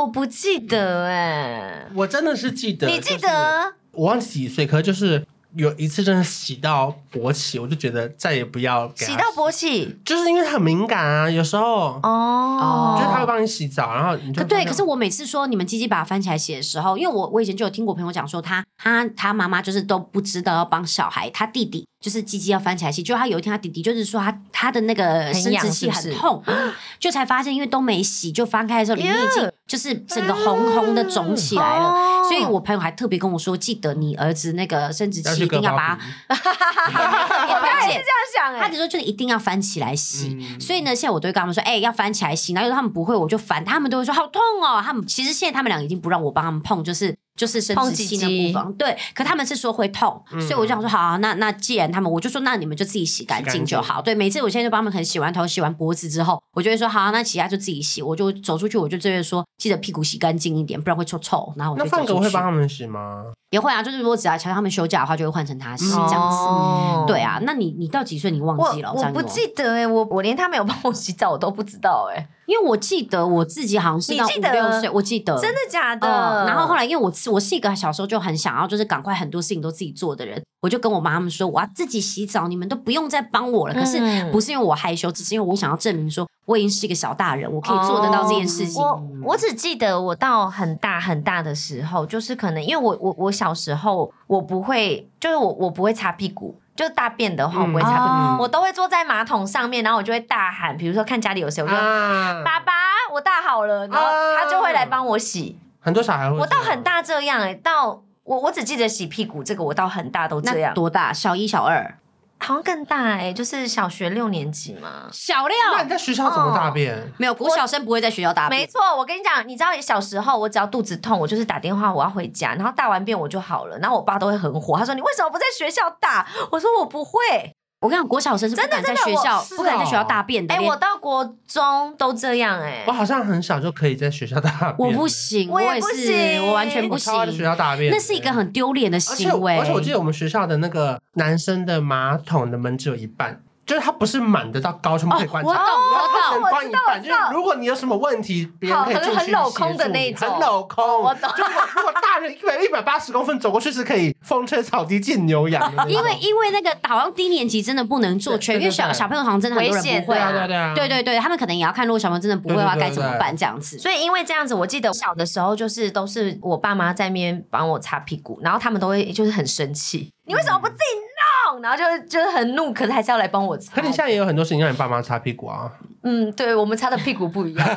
[SPEAKER 2] 我不记得哎、
[SPEAKER 3] 我真的是记得，
[SPEAKER 2] 你记
[SPEAKER 3] 就是
[SPEAKER 2] 得？
[SPEAKER 3] 我忘记几岁，可是就是有一次真的洗到勃起，我就觉得再也不要给他
[SPEAKER 2] 洗到，勃起
[SPEAKER 3] 就是因为很敏感啊，有时候、
[SPEAKER 2] 哦，
[SPEAKER 3] 就是他会帮你洗澡，然后你就
[SPEAKER 1] 可对，
[SPEAKER 3] 发现
[SPEAKER 1] 可是我每次说你们鸡鸡把它翻起来洗的时候，因为我我以前就有听过朋友讲说他，他他妈妈就是都不知道要帮小孩，他弟弟就是鸡鸡要翻起来洗，就他有一天他弟弟就是说他他的那个
[SPEAKER 2] 很
[SPEAKER 1] 生
[SPEAKER 2] 痒
[SPEAKER 1] 殖器
[SPEAKER 2] 是
[SPEAKER 1] 很
[SPEAKER 2] 不是
[SPEAKER 1] 痛，就才发现因为都没洗，就翻开的时候里面已经
[SPEAKER 2] Yeah
[SPEAKER 1] 就是整个红红的肿起来了。
[SPEAKER 2] 哦
[SPEAKER 1] 所以我朋友还特别跟我说，记得你儿子那个生殖
[SPEAKER 3] 要
[SPEAKER 1] 器
[SPEAKER 3] 去
[SPEAKER 1] 一定
[SPEAKER 3] 割
[SPEAKER 1] 要
[SPEAKER 3] 包
[SPEAKER 1] 把
[SPEAKER 3] 皮。
[SPEAKER 1] 它，
[SPEAKER 2] 我刚才也是这样想哎、
[SPEAKER 1] 他只说就是一定要翻起来洗，
[SPEAKER 3] 嗯
[SPEAKER 1] 所以呢，现在我都会跟他们说，哎、要翻起来洗。然后他们不会，我就翻，他们都会说好痛哦。他们其实现在他们俩已经不让我帮他们碰，就是就是生
[SPEAKER 2] 碰
[SPEAKER 1] 殖器
[SPEAKER 2] 鸡
[SPEAKER 1] 那
[SPEAKER 2] 鸡
[SPEAKER 1] 部分，对。可他们是说会痛，所以我就想说，好、啊，那那既然他们，我就说那你们就自己洗干
[SPEAKER 3] 洗
[SPEAKER 1] 净
[SPEAKER 3] 干
[SPEAKER 1] 就好。对，每次我现在就帮他们可能洗完头、洗完脖子之后，我就会说好啊、那其他就自己洗。我就走出去，我就这边说，记得屁股洗干净一点，不然会臭臭。然后我
[SPEAKER 3] 那
[SPEAKER 1] 就走
[SPEAKER 3] 范哥
[SPEAKER 1] 出
[SPEAKER 3] 会
[SPEAKER 1] 去
[SPEAKER 3] 帮，他们洗吗？
[SPEAKER 1] 也会啊，就是如果只要瞧他们休假的话，就会换成他洗、
[SPEAKER 2] 哦
[SPEAKER 1] 这样子。对啊，那你你到几岁你忘
[SPEAKER 2] 我
[SPEAKER 1] 记了？
[SPEAKER 2] 我
[SPEAKER 1] 张
[SPEAKER 2] 不
[SPEAKER 1] 艺谋
[SPEAKER 2] 记得哎、我我连他没有帮我洗澡我都不知道哎、
[SPEAKER 1] 因为我记得我自己好像是
[SPEAKER 2] 你
[SPEAKER 1] 到
[SPEAKER 2] 记
[SPEAKER 1] 五
[SPEAKER 2] 得
[SPEAKER 1] 六岁，我记得
[SPEAKER 2] 真的。假的？
[SPEAKER 1] 嗯然后后来，因为我自我是一个小时候就很想要，就是赶快很多事情都自己做的人，我就跟我妈他们说，我要自己洗澡，你们都不用再帮我了。可是
[SPEAKER 2] 嗯
[SPEAKER 1] 不是因为我害羞，只是因为我想要证明说我已经是一个小大人，我可以做得到这件事情。
[SPEAKER 2] 哦我我只记得我到很大很大的时候，就是可能因为我我我小时候我不会，就是我我不会擦屁股，就是大便的话我不会擦屁股，
[SPEAKER 3] 啊
[SPEAKER 1] 嗯哦
[SPEAKER 2] 我都会坐在马桶上面，然后我就会大喊，比如说看家里有谁，我
[SPEAKER 1] 嗯
[SPEAKER 2] 就、
[SPEAKER 3] 啊，
[SPEAKER 2] 爸爸我大好了，然后他就会来帮我洗。
[SPEAKER 3] 很多小孩会，
[SPEAKER 2] 我到很，大这样、欸，到我我只记得洗屁股这个，我到很大都这
[SPEAKER 1] 那
[SPEAKER 2] 样，
[SPEAKER 1] 多大？小一、小二、
[SPEAKER 2] 好像更大哎、就是小学六年级嘛。
[SPEAKER 1] 小六
[SPEAKER 2] 哦
[SPEAKER 3] 那你在学校怎么大便？
[SPEAKER 1] 没有国小生不会在学校大
[SPEAKER 2] 没
[SPEAKER 1] 便。
[SPEAKER 2] 错，我跟你讲，你知道小时候我只要肚子痛，我就是打电话我要回家，然后大完便我就好了。然后我爸都会很火，他说你为什么不在学校大？我说我不会。
[SPEAKER 1] 我跟你讲，国小生是不
[SPEAKER 2] 真的
[SPEAKER 1] 敢在
[SPEAKER 2] 真的
[SPEAKER 1] 学
[SPEAKER 2] 我
[SPEAKER 1] 校
[SPEAKER 3] 是
[SPEAKER 1] 不敢在
[SPEAKER 3] 哦
[SPEAKER 1] 学校大便的。
[SPEAKER 2] 哎、
[SPEAKER 1] 连
[SPEAKER 2] 我到国中都这样哎、
[SPEAKER 3] 我好像很小就可以在学校大便，
[SPEAKER 1] 我不，行，
[SPEAKER 2] 我
[SPEAKER 1] 我
[SPEAKER 2] 也
[SPEAKER 1] 也
[SPEAKER 2] 不
[SPEAKER 1] 是，
[SPEAKER 2] 行
[SPEAKER 1] 我完全
[SPEAKER 3] 我
[SPEAKER 1] 不行
[SPEAKER 3] 超。爱在学校大便，
[SPEAKER 1] 那是一个很丢脸的
[SPEAKER 3] 而且
[SPEAKER 1] 行
[SPEAKER 3] 我
[SPEAKER 2] 欸
[SPEAKER 1] 为。
[SPEAKER 3] 而且我记得我们学校的那个男生的马桶的门只有一半，就是它不是满的到高，全部
[SPEAKER 2] 哦
[SPEAKER 3] 可以关
[SPEAKER 1] 我
[SPEAKER 3] 上。
[SPEAKER 1] 懂，
[SPEAKER 3] 然后它
[SPEAKER 1] 我
[SPEAKER 3] 只
[SPEAKER 1] 懂。
[SPEAKER 3] 能关一半，
[SPEAKER 2] 我
[SPEAKER 3] 就
[SPEAKER 2] 知
[SPEAKER 3] 是
[SPEAKER 2] 道
[SPEAKER 3] 如果你有什么问题，别人可以
[SPEAKER 2] 好
[SPEAKER 3] 进去
[SPEAKER 2] 很
[SPEAKER 3] 协助
[SPEAKER 2] 遂空的
[SPEAKER 3] 你
[SPEAKER 2] 那种
[SPEAKER 3] 很镂空。
[SPEAKER 2] 我懂
[SPEAKER 3] 就如果如果大人一百一百八十公分走过去是可以风吹草低见牛羊的那种。
[SPEAKER 1] 因为因为那个好像低年级真的不能做
[SPEAKER 3] 对
[SPEAKER 1] 全，
[SPEAKER 3] 对
[SPEAKER 1] 因为
[SPEAKER 3] 对
[SPEAKER 1] 小
[SPEAKER 3] 对
[SPEAKER 1] 小朋友好像真的很多
[SPEAKER 2] 危
[SPEAKER 1] 人
[SPEAKER 2] 险
[SPEAKER 1] 不会
[SPEAKER 3] 对
[SPEAKER 2] 的
[SPEAKER 3] 啊对啊对啊，
[SPEAKER 1] 对对对，他们可能也要看，如果小朋友真的不会的话，
[SPEAKER 3] 对对对
[SPEAKER 1] 该怎么办这样子。
[SPEAKER 2] 所以因为这样子，我记得我小的时候就是都是我爸妈在面帮我擦屁股，然后他们都会就是很生气，你为什么不自己弄？然后就就是很怒，可是还是要来帮我擦。
[SPEAKER 3] 可你现在也有很多事情让你爸妈擦屁股啊，
[SPEAKER 2] 嗯，对我们擦的屁股不一样，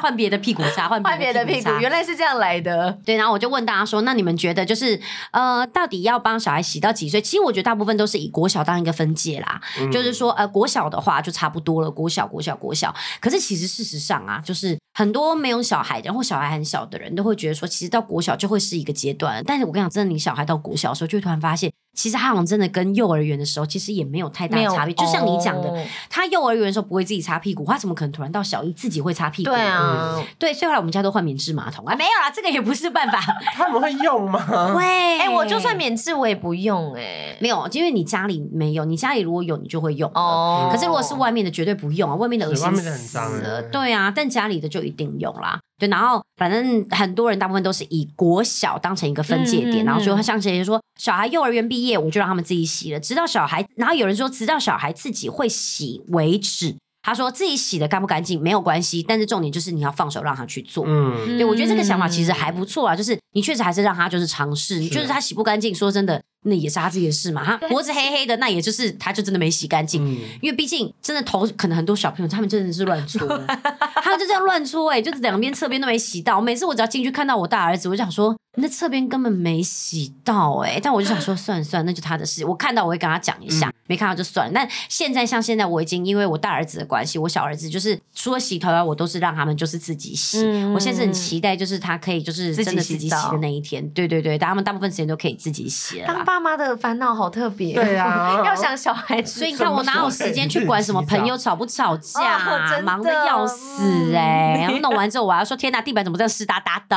[SPEAKER 1] 换别的屁股擦，换
[SPEAKER 2] 换别 的
[SPEAKER 1] 屁
[SPEAKER 2] 屁股，
[SPEAKER 1] 擦
[SPEAKER 2] 原。来是这样来的。
[SPEAKER 1] 对，然后我就问大家说，那你们觉得就是呃，到底要帮小孩洗到几岁？其实我觉得大部分都是以国小当一个分界啦，
[SPEAKER 3] 嗯
[SPEAKER 1] 就是说呃，国小的话就差不多了，国小、国小、国小。可是其实事实上啊，就是很多没有小孩的，然后小孩很小的人都会觉得说，其实到国小就会是一个阶段。但是我跟你讲，真的，你小孩到国小的时候，就会突然发现其实他好像真的跟幼儿园的时候其实也没有太大
[SPEAKER 2] 没
[SPEAKER 1] 的
[SPEAKER 2] 有
[SPEAKER 1] 差别，就像你讲的，
[SPEAKER 2] 哦
[SPEAKER 1] 他幼儿园的时候不会自己擦屁股，他怎么可能突然到小一自己会擦屁股？
[SPEAKER 2] 对，啊，
[SPEAKER 1] 对，所以后来我们家都换免治马桶啊，没有啦，这个也不是办法。
[SPEAKER 3] 他们会用吗？
[SPEAKER 1] 会，哎
[SPEAKER 2] 哎、我就算免治我也不用哎、
[SPEAKER 1] 没有，因为你家里没有，你家里如果有，你就会用。哦，
[SPEAKER 2] 哦，
[SPEAKER 1] 可是如果是外面的，绝对不用啊，外面的恶
[SPEAKER 3] 外
[SPEAKER 1] 心
[SPEAKER 3] 面的很
[SPEAKER 1] 死
[SPEAKER 3] 脏
[SPEAKER 1] 了。
[SPEAKER 3] 欸
[SPEAKER 1] 对啊，但家里的就一定用啦。对，然后反正很多人大部分都是以国小当成一个分界点，
[SPEAKER 2] 嗯嗯
[SPEAKER 1] 然后就像谁说，小孩幼儿园毕业，我就让他们自己洗了，直到小孩，然后有人说直到小孩自己会洗为止。他说自己洗的干不干净没有关系，但是重点就是你要放手让他去做。
[SPEAKER 3] 嗯，
[SPEAKER 1] 对，我觉得这个想法其实还
[SPEAKER 2] 不。
[SPEAKER 1] 不错啊，就是你确实还是让他就是尝试，你就是他洗不干净，说真的，那也是他自己的事嘛。他脖子黑黑的，那也就是他就真的没洗干净。
[SPEAKER 3] 嗯
[SPEAKER 1] 因为毕竟真的头，可能很多小朋友他们真的是乱搓，他们就这样乱搓，哎，就是两边侧边都没洗到。每次我只要进去看到我大儿子，我就想说，那侧边根本没洗到、哎，但我就想说，算了算了，那就他的事。我看到我会跟他讲一下，没看到就算了。但现在像现在，我已经因为我大儿子的关系，我小儿子就是除了洗头以啊外，我都是让他们就是自己洗。
[SPEAKER 2] 嗯
[SPEAKER 1] 我现在是很期待，就是他可以就是
[SPEAKER 2] 自己
[SPEAKER 1] 真的自己
[SPEAKER 2] 洗澡
[SPEAKER 1] 洗的那一天。对对对，但他们大部分时间都可以自己洗了啦
[SPEAKER 2] 当。爸妈的烦恼好特别，
[SPEAKER 3] 对啊
[SPEAKER 2] 要想小孩子，
[SPEAKER 1] 所以你看，我哪有时间去管什么朋友吵不吵架、
[SPEAKER 2] 哦真的嗯
[SPEAKER 1] 忙得要死哎、然后弄完之后，我还要说：“天哪，地板怎么这样湿哒哒的？”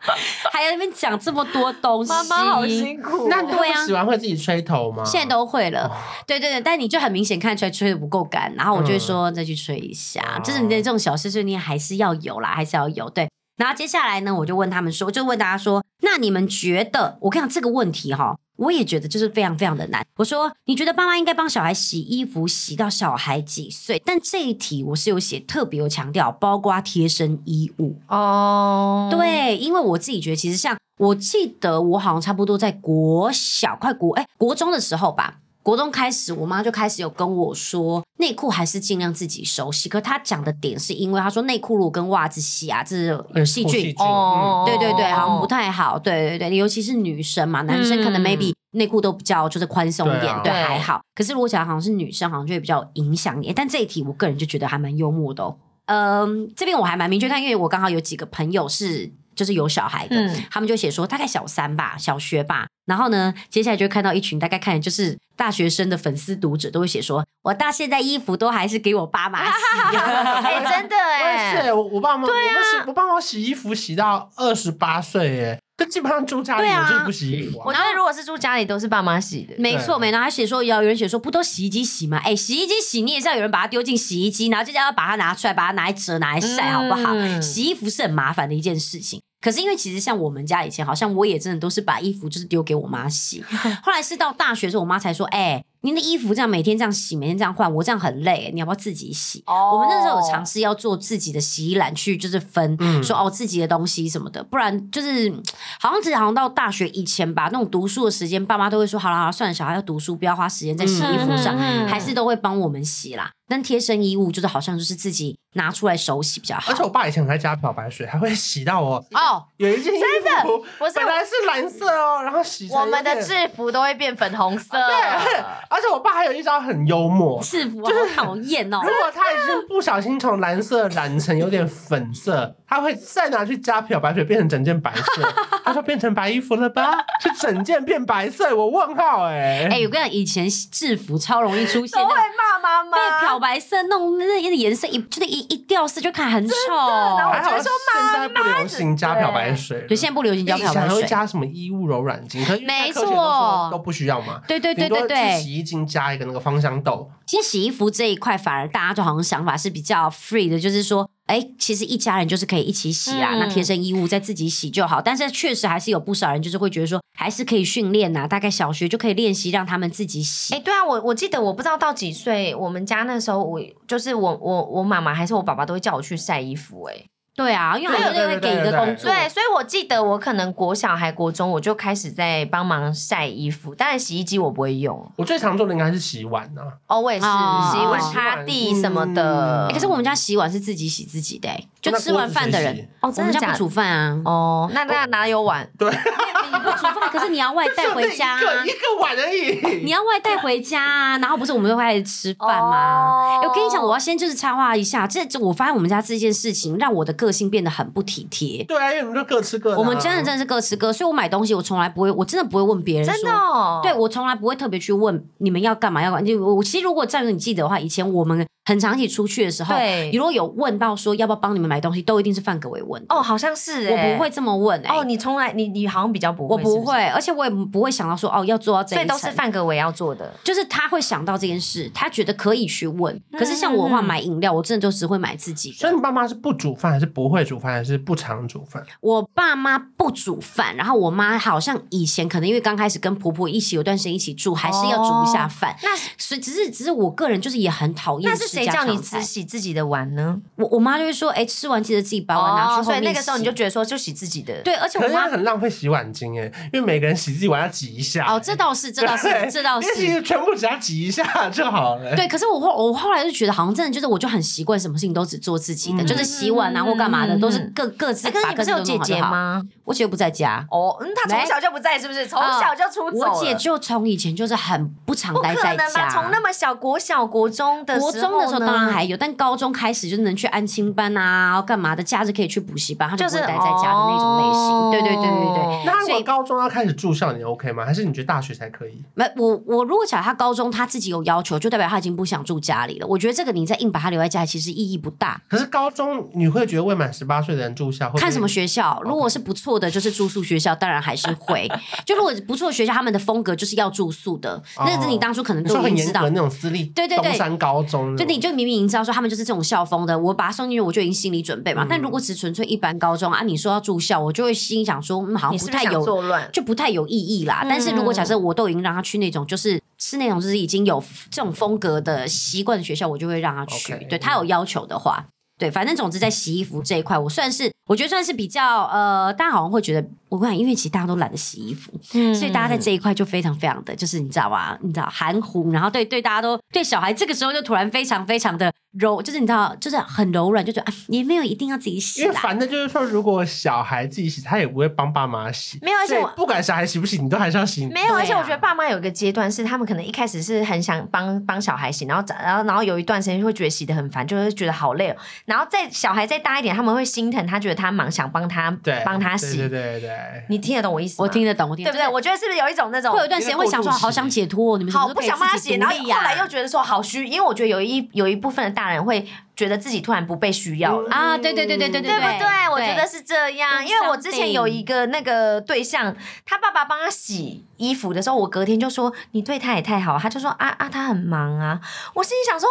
[SPEAKER 1] 还要那边讲这么多东西，
[SPEAKER 2] 妈妈好辛苦哦，
[SPEAKER 3] 那你
[SPEAKER 1] 对啊
[SPEAKER 3] 洗完会自己吹头吗？
[SPEAKER 1] 现在都会了，对对对，但你就很明显看出来吹的不够干，然后我就会说再去吹一下，
[SPEAKER 3] 哦
[SPEAKER 1] 就是你的这种小碎碎念还是要有啦，还是要有对。然后接下来呢，我就问他们说，我就问大家说，那你们觉得？我跟你讲这个问题哈、我也觉得就是非常非常的难。我说，你觉得爸妈应该帮小孩洗衣服洗到小孩几岁？但这一题我是有写特别有强调，包括贴身衣物。
[SPEAKER 2] 哦，
[SPEAKER 1] 对，因为我自己觉得，其实像我记得，我好像差不多在国小快国哎、国中的时候吧，国中开始，我妈就开始有跟我说，内裤还是尽量自己手洗。可她讲的点是因为她说内裤如果跟袜子洗啊，这是有细
[SPEAKER 3] 有
[SPEAKER 1] 菌。
[SPEAKER 2] 哦，
[SPEAKER 1] 嗯对对对，好像不太好。对对对，尤其是女生嘛，男生可能
[SPEAKER 2] 嗯
[SPEAKER 1] maybe 内裤都比较就是宽松一
[SPEAKER 3] 对
[SPEAKER 1] 点，
[SPEAKER 3] 啊
[SPEAKER 1] 对
[SPEAKER 2] 对
[SPEAKER 1] 还好。可是如果讲好像是女生，好像就会比较有影响你。但这一题我个人就觉得还蛮幽默的哦。嗯，这边我还蛮明确看，因为我刚好有几个朋友是就是有小孩的，
[SPEAKER 2] 嗯
[SPEAKER 1] 他们就写说大概小三吧，小学吧。然后呢，接下来就会看到一群大概看就是大学生的粉丝读者都会写说，我到现在衣服都还是给我爸妈洗。 啊
[SPEAKER 2] 哎，真的
[SPEAKER 3] 我也
[SPEAKER 2] 哎，
[SPEAKER 3] 是，我我爸妈，我不洗，我爸妈洗衣服洗到二十八岁耶，但基本上住家里
[SPEAKER 1] 对啊
[SPEAKER 3] 我就是不洗衣服
[SPEAKER 2] 我
[SPEAKER 3] 啊。
[SPEAKER 2] 觉得如果是住家里都是爸妈洗的，
[SPEAKER 1] 没错，
[SPEAKER 3] 对
[SPEAKER 1] 没错。他写说，有有人写说，不都洗衣机洗吗？哎，洗衣机洗你也是要有人把它丢进洗衣机，然后接着要把它拿出来，把它拿来折，拿来晒，好不好？
[SPEAKER 2] 嗯
[SPEAKER 1] 洗衣服是很麻烦的一件事情。可是因为其实像我们家以前，好像我也真的都是把衣服就是丢给我妈洗。后来是到大学的时候，我妈才说：“哎、您的衣服这样每天这样洗，每天这样换，我这样很累，你要不要自己洗？”
[SPEAKER 2] 哦
[SPEAKER 1] 我们那时候有尝试要做自己的洗衣篮去，就是分、
[SPEAKER 3] 嗯
[SPEAKER 1] 说哦自己的东西什么的，不然就是嗯好像只好像到大学以前吧，那种读书的时间，爸妈都会说好了好了，算了，小孩要读书，不要花时间在洗衣服上，
[SPEAKER 2] 嗯嗯嗯
[SPEAKER 1] 还是都会帮我们洗啦。但贴身衣物就是好像就是自己拿出来手洗比较好
[SPEAKER 3] 而且。我爸以前很爱加漂白水，还会洗到我
[SPEAKER 2] 哦。
[SPEAKER 3] 有一件衣服
[SPEAKER 2] 不是
[SPEAKER 3] 本来是蓝色哦，然后洗成
[SPEAKER 2] 我们
[SPEAKER 3] 有
[SPEAKER 2] 的
[SPEAKER 3] 点
[SPEAKER 2] 制服都会变粉红色，
[SPEAKER 3] 啊 对，而且我爸还有一招很幽默，
[SPEAKER 1] 制服啊好讨 厌哦
[SPEAKER 3] 如！果他已经不小心从蓝色染成有点粉色，他会再拿去加漂白水，变成整件白色。 他说变成白衣服了吧？是整件变白色？我问号哎、
[SPEAKER 1] 哎、我跟你讲，以前制服超容易出现
[SPEAKER 2] 都会
[SPEAKER 1] 那种
[SPEAKER 2] 骂妈妈，
[SPEAKER 1] 被漂白色弄那那个颜色一就是一一掉色就看很丑。哎
[SPEAKER 3] 还好
[SPEAKER 2] 我就说妈
[SPEAKER 3] 现在不流行加漂白水了，哎
[SPEAKER 1] 对，现在不流行叫
[SPEAKER 3] 以
[SPEAKER 1] 漂
[SPEAKER 3] 前
[SPEAKER 1] 白
[SPEAKER 3] 还会
[SPEAKER 1] 水。
[SPEAKER 3] 加什么衣物柔软巾，可是因为
[SPEAKER 1] 没
[SPEAKER 3] 科学都说
[SPEAKER 1] 错
[SPEAKER 3] 都不需要嘛。
[SPEAKER 1] 对对对
[SPEAKER 3] 顶
[SPEAKER 1] 对
[SPEAKER 3] 多去
[SPEAKER 1] 对，
[SPEAKER 3] 洗衣精加一个那个芳香豆，
[SPEAKER 1] 其实洗衣服这一块，反而大家就好像想法是比较 free 的，就是说，哎，其实一家人就是可以一起洗啊，
[SPEAKER 2] 嗯
[SPEAKER 1] 那贴身衣物再自己洗就好。但是确实还是有不少人就是会觉得说，还是可以训练呐、大概小学就可以练习让他们自己洗。
[SPEAKER 2] 哎、对啊，我我记得我不知道到几岁，我们家那时候我就是我我我妈妈还是我爸爸都会叫我去晒衣服、欸，
[SPEAKER 1] 对啊，因为好像
[SPEAKER 3] 对
[SPEAKER 1] 就
[SPEAKER 3] 对
[SPEAKER 1] 会
[SPEAKER 3] 对
[SPEAKER 1] 给一个
[SPEAKER 3] 对啊
[SPEAKER 1] 工作，
[SPEAKER 2] 对，所以我记得我可能国小还国中我就开始在帮忙晒衣服，当然洗衣机我不会用，
[SPEAKER 3] 我最常做的应该是洗碗啊。
[SPEAKER 2] 哦，我也是、
[SPEAKER 1] 哦
[SPEAKER 2] 洗碗、
[SPEAKER 3] 洗碗
[SPEAKER 2] 擦地什么的。
[SPEAKER 1] 哎可是我们家洗碗是自己洗自己的、哎就
[SPEAKER 3] 那
[SPEAKER 1] 吃完
[SPEAKER 3] 锅子
[SPEAKER 1] 饭的
[SPEAKER 3] 谁
[SPEAKER 1] 人
[SPEAKER 3] 洗，
[SPEAKER 2] 哦，
[SPEAKER 1] 我
[SPEAKER 2] 真
[SPEAKER 1] 们
[SPEAKER 2] 的
[SPEAKER 1] 家
[SPEAKER 2] 假
[SPEAKER 1] 不
[SPEAKER 2] 的？
[SPEAKER 1] 煮饭啊，
[SPEAKER 2] 哦，那那哪有碗？
[SPEAKER 1] 你不煮饭，可是你要外带回家、
[SPEAKER 3] 就
[SPEAKER 1] 啊
[SPEAKER 3] 那一个。一个碗而已。
[SPEAKER 1] 你要外带回家、啊，然后不是我们就会开始吃饭吗？
[SPEAKER 2] 哦
[SPEAKER 1] 欸我跟你讲，我要先就是插话一下，这这我发现我们家这件事情让我的个性变得很不体贴。
[SPEAKER 3] 对啊，因为你们就各吃各的啊、
[SPEAKER 1] 我们真的真的是各吃各，所以我买东西我从来不会，我真的不会问别人说
[SPEAKER 2] 真的、哦，
[SPEAKER 1] 对，我从来不会特别去问你们要干嘛要干嘛。就我我其实如果站着你记得的话，以前我们很长一起出去的时候，
[SPEAKER 2] 对
[SPEAKER 1] 如果有问到说要不要帮你们买东西，都一定是范格维问的
[SPEAKER 2] 哦，好像是、欸，
[SPEAKER 1] 我不会这么问哎、
[SPEAKER 2] 哦，你从来你你好像比较不会，
[SPEAKER 1] 我
[SPEAKER 2] 是
[SPEAKER 1] 不
[SPEAKER 2] 是，
[SPEAKER 1] 会，而且我也不会想到说哦要做到这一
[SPEAKER 2] 所以
[SPEAKER 1] 层，
[SPEAKER 2] 都是范格维要做的。
[SPEAKER 1] 就是他会想到这件事，他觉得可以去问。可是像我的话，
[SPEAKER 2] 嗯嗯嗯
[SPEAKER 1] 买饮料我真的就只会买自己
[SPEAKER 3] 所以
[SPEAKER 1] 的。
[SPEAKER 3] 你爸妈是不煮饭，还是不会煮饭，还是不常煮饭？
[SPEAKER 1] 我爸妈不煮饭，然后我妈好像以前可能因为刚开始跟婆婆一起有段时间一起住，还是要煮一下饭。
[SPEAKER 2] 那
[SPEAKER 1] 所以只是只是我个哦人就是也很讨厌
[SPEAKER 2] 那
[SPEAKER 1] 吃
[SPEAKER 2] 是
[SPEAKER 1] 家
[SPEAKER 2] 谁
[SPEAKER 1] 常菜。
[SPEAKER 2] 叫你只洗自己的碗呢？
[SPEAKER 1] 我我妈就会说，哎、吃完记得自己把碗拿去后面洗、
[SPEAKER 2] 哦所以那个时候你就觉得说就洗自己的，，
[SPEAKER 1] 对，而且
[SPEAKER 3] 可
[SPEAKER 1] 我
[SPEAKER 3] 是这
[SPEAKER 1] 妈
[SPEAKER 3] 样很浪费洗碗巾哎、因为每个人洗自己碗要挤一下、
[SPEAKER 1] 哦，这倒是，这倒是
[SPEAKER 3] 对，
[SPEAKER 1] 这倒
[SPEAKER 3] 因为其
[SPEAKER 1] 是。
[SPEAKER 3] 实全部只要挤一下就好了、欸
[SPEAKER 1] 对，可是我后我后来就觉得，好像真的就是，我就很习惯什么事情都只做自己的，
[SPEAKER 3] 嗯
[SPEAKER 1] 就是洗碗啊或干嘛的，
[SPEAKER 2] 嗯
[SPEAKER 1] 都是各各自
[SPEAKER 2] 哎，可是
[SPEAKER 1] 把
[SPEAKER 2] 你不
[SPEAKER 1] 各
[SPEAKER 2] 是
[SPEAKER 1] 自
[SPEAKER 2] 有
[SPEAKER 1] 都
[SPEAKER 2] 姐
[SPEAKER 1] 弄好就
[SPEAKER 2] 姐
[SPEAKER 1] 好。
[SPEAKER 2] 吗？
[SPEAKER 1] 我姐不在家，
[SPEAKER 2] 哦，嗯，她从小就不在，是不是？从小就出走了，
[SPEAKER 1] 嗯我姐就从以前就是很不常
[SPEAKER 2] 不
[SPEAKER 1] 待
[SPEAKER 2] 可
[SPEAKER 1] 在
[SPEAKER 2] 能
[SPEAKER 1] 家。
[SPEAKER 2] 吧？从那么小国小国中的
[SPEAKER 1] 国中的时候
[SPEAKER 2] 呢
[SPEAKER 1] 当然还有，但高中开始就是能去安亲班啊，干嘛的，假日可以去补习班，她就
[SPEAKER 2] 就
[SPEAKER 1] 不
[SPEAKER 2] 是哦
[SPEAKER 1] 会待在家的那种类型。对对对对对。
[SPEAKER 2] 对
[SPEAKER 3] 那如
[SPEAKER 1] 所
[SPEAKER 3] 果
[SPEAKER 1] 以
[SPEAKER 3] 高中要开始住校，你 OK 吗？还是你觉得大学才可以？
[SPEAKER 1] 没，我我如果假如他高中他自己有要求，就代表他已经不想住家里了。我觉得这个你再硬把他留在家里，其实意义不大。
[SPEAKER 3] 可是高中你会觉得未满十八岁的人住校，会不
[SPEAKER 2] 哦
[SPEAKER 3] 会
[SPEAKER 1] 看什么？学校，如果是不错的，就是住宿学校，当然还是会。 就如果不错的学校，他们的风格就是要住宿的，那
[SPEAKER 3] 哦
[SPEAKER 1] 是你当初可能
[SPEAKER 3] 你
[SPEAKER 1] 都
[SPEAKER 3] 说
[SPEAKER 1] 已
[SPEAKER 3] 很
[SPEAKER 1] 经
[SPEAKER 3] 严
[SPEAKER 1] 知
[SPEAKER 3] 格
[SPEAKER 1] 道
[SPEAKER 3] 的。那种私立，
[SPEAKER 1] 对对对
[SPEAKER 3] 东山高中
[SPEAKER 1] 就
[SPEAKER 3] 那种，
[SPEAKER 1] 你就明明已经知道说他们就是这种校风的，我把他送进去，我就已经心理准备嘛。但如果只纯粹一般高中啊，你说要住校，我就会心想说，嗯，好
[SPEAKER 2] 你
[SPEAKER 1] 像
[SPEAKER 2] 是
[SPEAKER 1] 不
[SPEAKER 2] 不是
[SPEAKER 1] 太
[SPEAKER 2] 想
[SPEAKER 1] 有
[SPEAKER 2] 作乱？
[SPEAKER 1] 就不太有意义啦。
[SPEAKER 2] 嗯
[SPEAKER 1] 但是如果假设我都已经让他去那种就是是那种就是已经有这种风格的习惯的学校，我就会让他去。
[SPEAKER 3] OK
[SPEAKER 1] 对他有要求的话，对，反正总之在洗衣服这一块，我算是我觉得算是比较呃，大家好像会觉得我跟你讲，因为其实大家都懒得洗衣服，所以大家
[SPEAKER 2] 嗯
[SPEAKER 1] 在这一块就非常非常的就是你知道吗？你知道含糊，然后对对大家都对小孩这个时候就突然非常非常的柔，就是你知道就是很柔软，就觉得啊也没有一定要自己洗
[SPEAKER 3] 因为
[SPEAKER 1] 啦。
[SPEAKER 3] 烦的就是说，如果小孩自己洗，他也不会帮爸妈洗。
[SPEAKER 2] 没有而且
[SPEAKER 3] 所以
[SPEAKER 2] 我
[SPEAKER 3] 不管小孩洗不洗，你都还是要洗。
[SPEAKER 2] 没有，
[SPEAKER 1] 对啊
[SPEAKER 2] 而且我觉得爸妈有一个阶段是，他们可能一开始是很想帮帮小孩洗，然后长然后然后有一段时间会觉得洗的很烦，就会觉得好累哦。然后再小孩再大一点，他们会心疼，他觉得他忙，想帮他
[SPEAKER 3] 对，
[SPEAKER 2] 帮他洗。
[SPEAKER 3] 对对对对。
[SPEAKER 2] 你听得懂我意思吗？
[SPEAKER 1] 我听得懂，我听
[SPEAKER 2] 对
[SPEAKER 1] 得
[SPEAKER 2] 不
[SPEAKER 1] 懂
[SPEAKER 2] 对？我觉得是不是有一种那种
[SPEAKER 1] 会有一段时间会想说，
[SPEAKER 3] 一个过渡期
[SPEAKER 1] 好想解脱哦，你们什么
[SPEAKER 2] 好
[SPEAKER 1] 时候
[SPEAKER 2] 不
[SPEAKER 1] 可以
[SPEAKER 2] 想帮他
[SPEAKER 1] 自己
[SPEAKER 2] 洗，
[SPEAKER 1] 独
[SPEAKER 2] 然后
[SPEAKER 1] 立呀
[SPEAKER 2] 后来又觉得说好虚，因为我觉得有一有一部分的大人会觉得自己突然不被需要了。
[SPEAKER 3] 嗯
[SPEAKER 1] 啊，对对对对对
[SPEAKER 2] 对
[SPEAKER 1] 对
[SPEAKER 2] 不对？我觉得是这样，
[SPEAKER 1] Do
[SPEAKER 2] 因为我之前有一个那个对象，他爸爸帮他洗衣服的时候，我隔天就说你对他也太好，他就说啊啊，他很忙啊。我心里想说，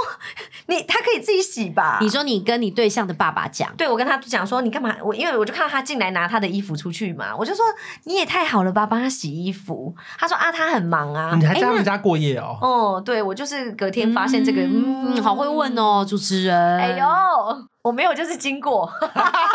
[SPEAKER 2] 你他可以自己洗吧。
[SPEAKER 1] 你说你跟你对象的爸爸讲，
[SPEAKER 2] 对，我跟他 讲说你干嘛？我因为我就看到他进来拿他的衣服出去嘛，我就说你也太好了吧，帮他洗衣服。他说啊，他很忙啊。
[SPEAKER 3] 嗯你还在
[SPEAKER 2] 哎
[SPEAKER 3] 他
[SPEAKER 2] 那
[SPEAKER 3] 们家过夜哦？
[SPEAKER 2] 哦，对我就是隔天发现这个，嗯，
[SPEAKER 1] 嗯，好会问。哦，主持人。
[SPEAKER 2] 哎呦， 我没有，就是经过，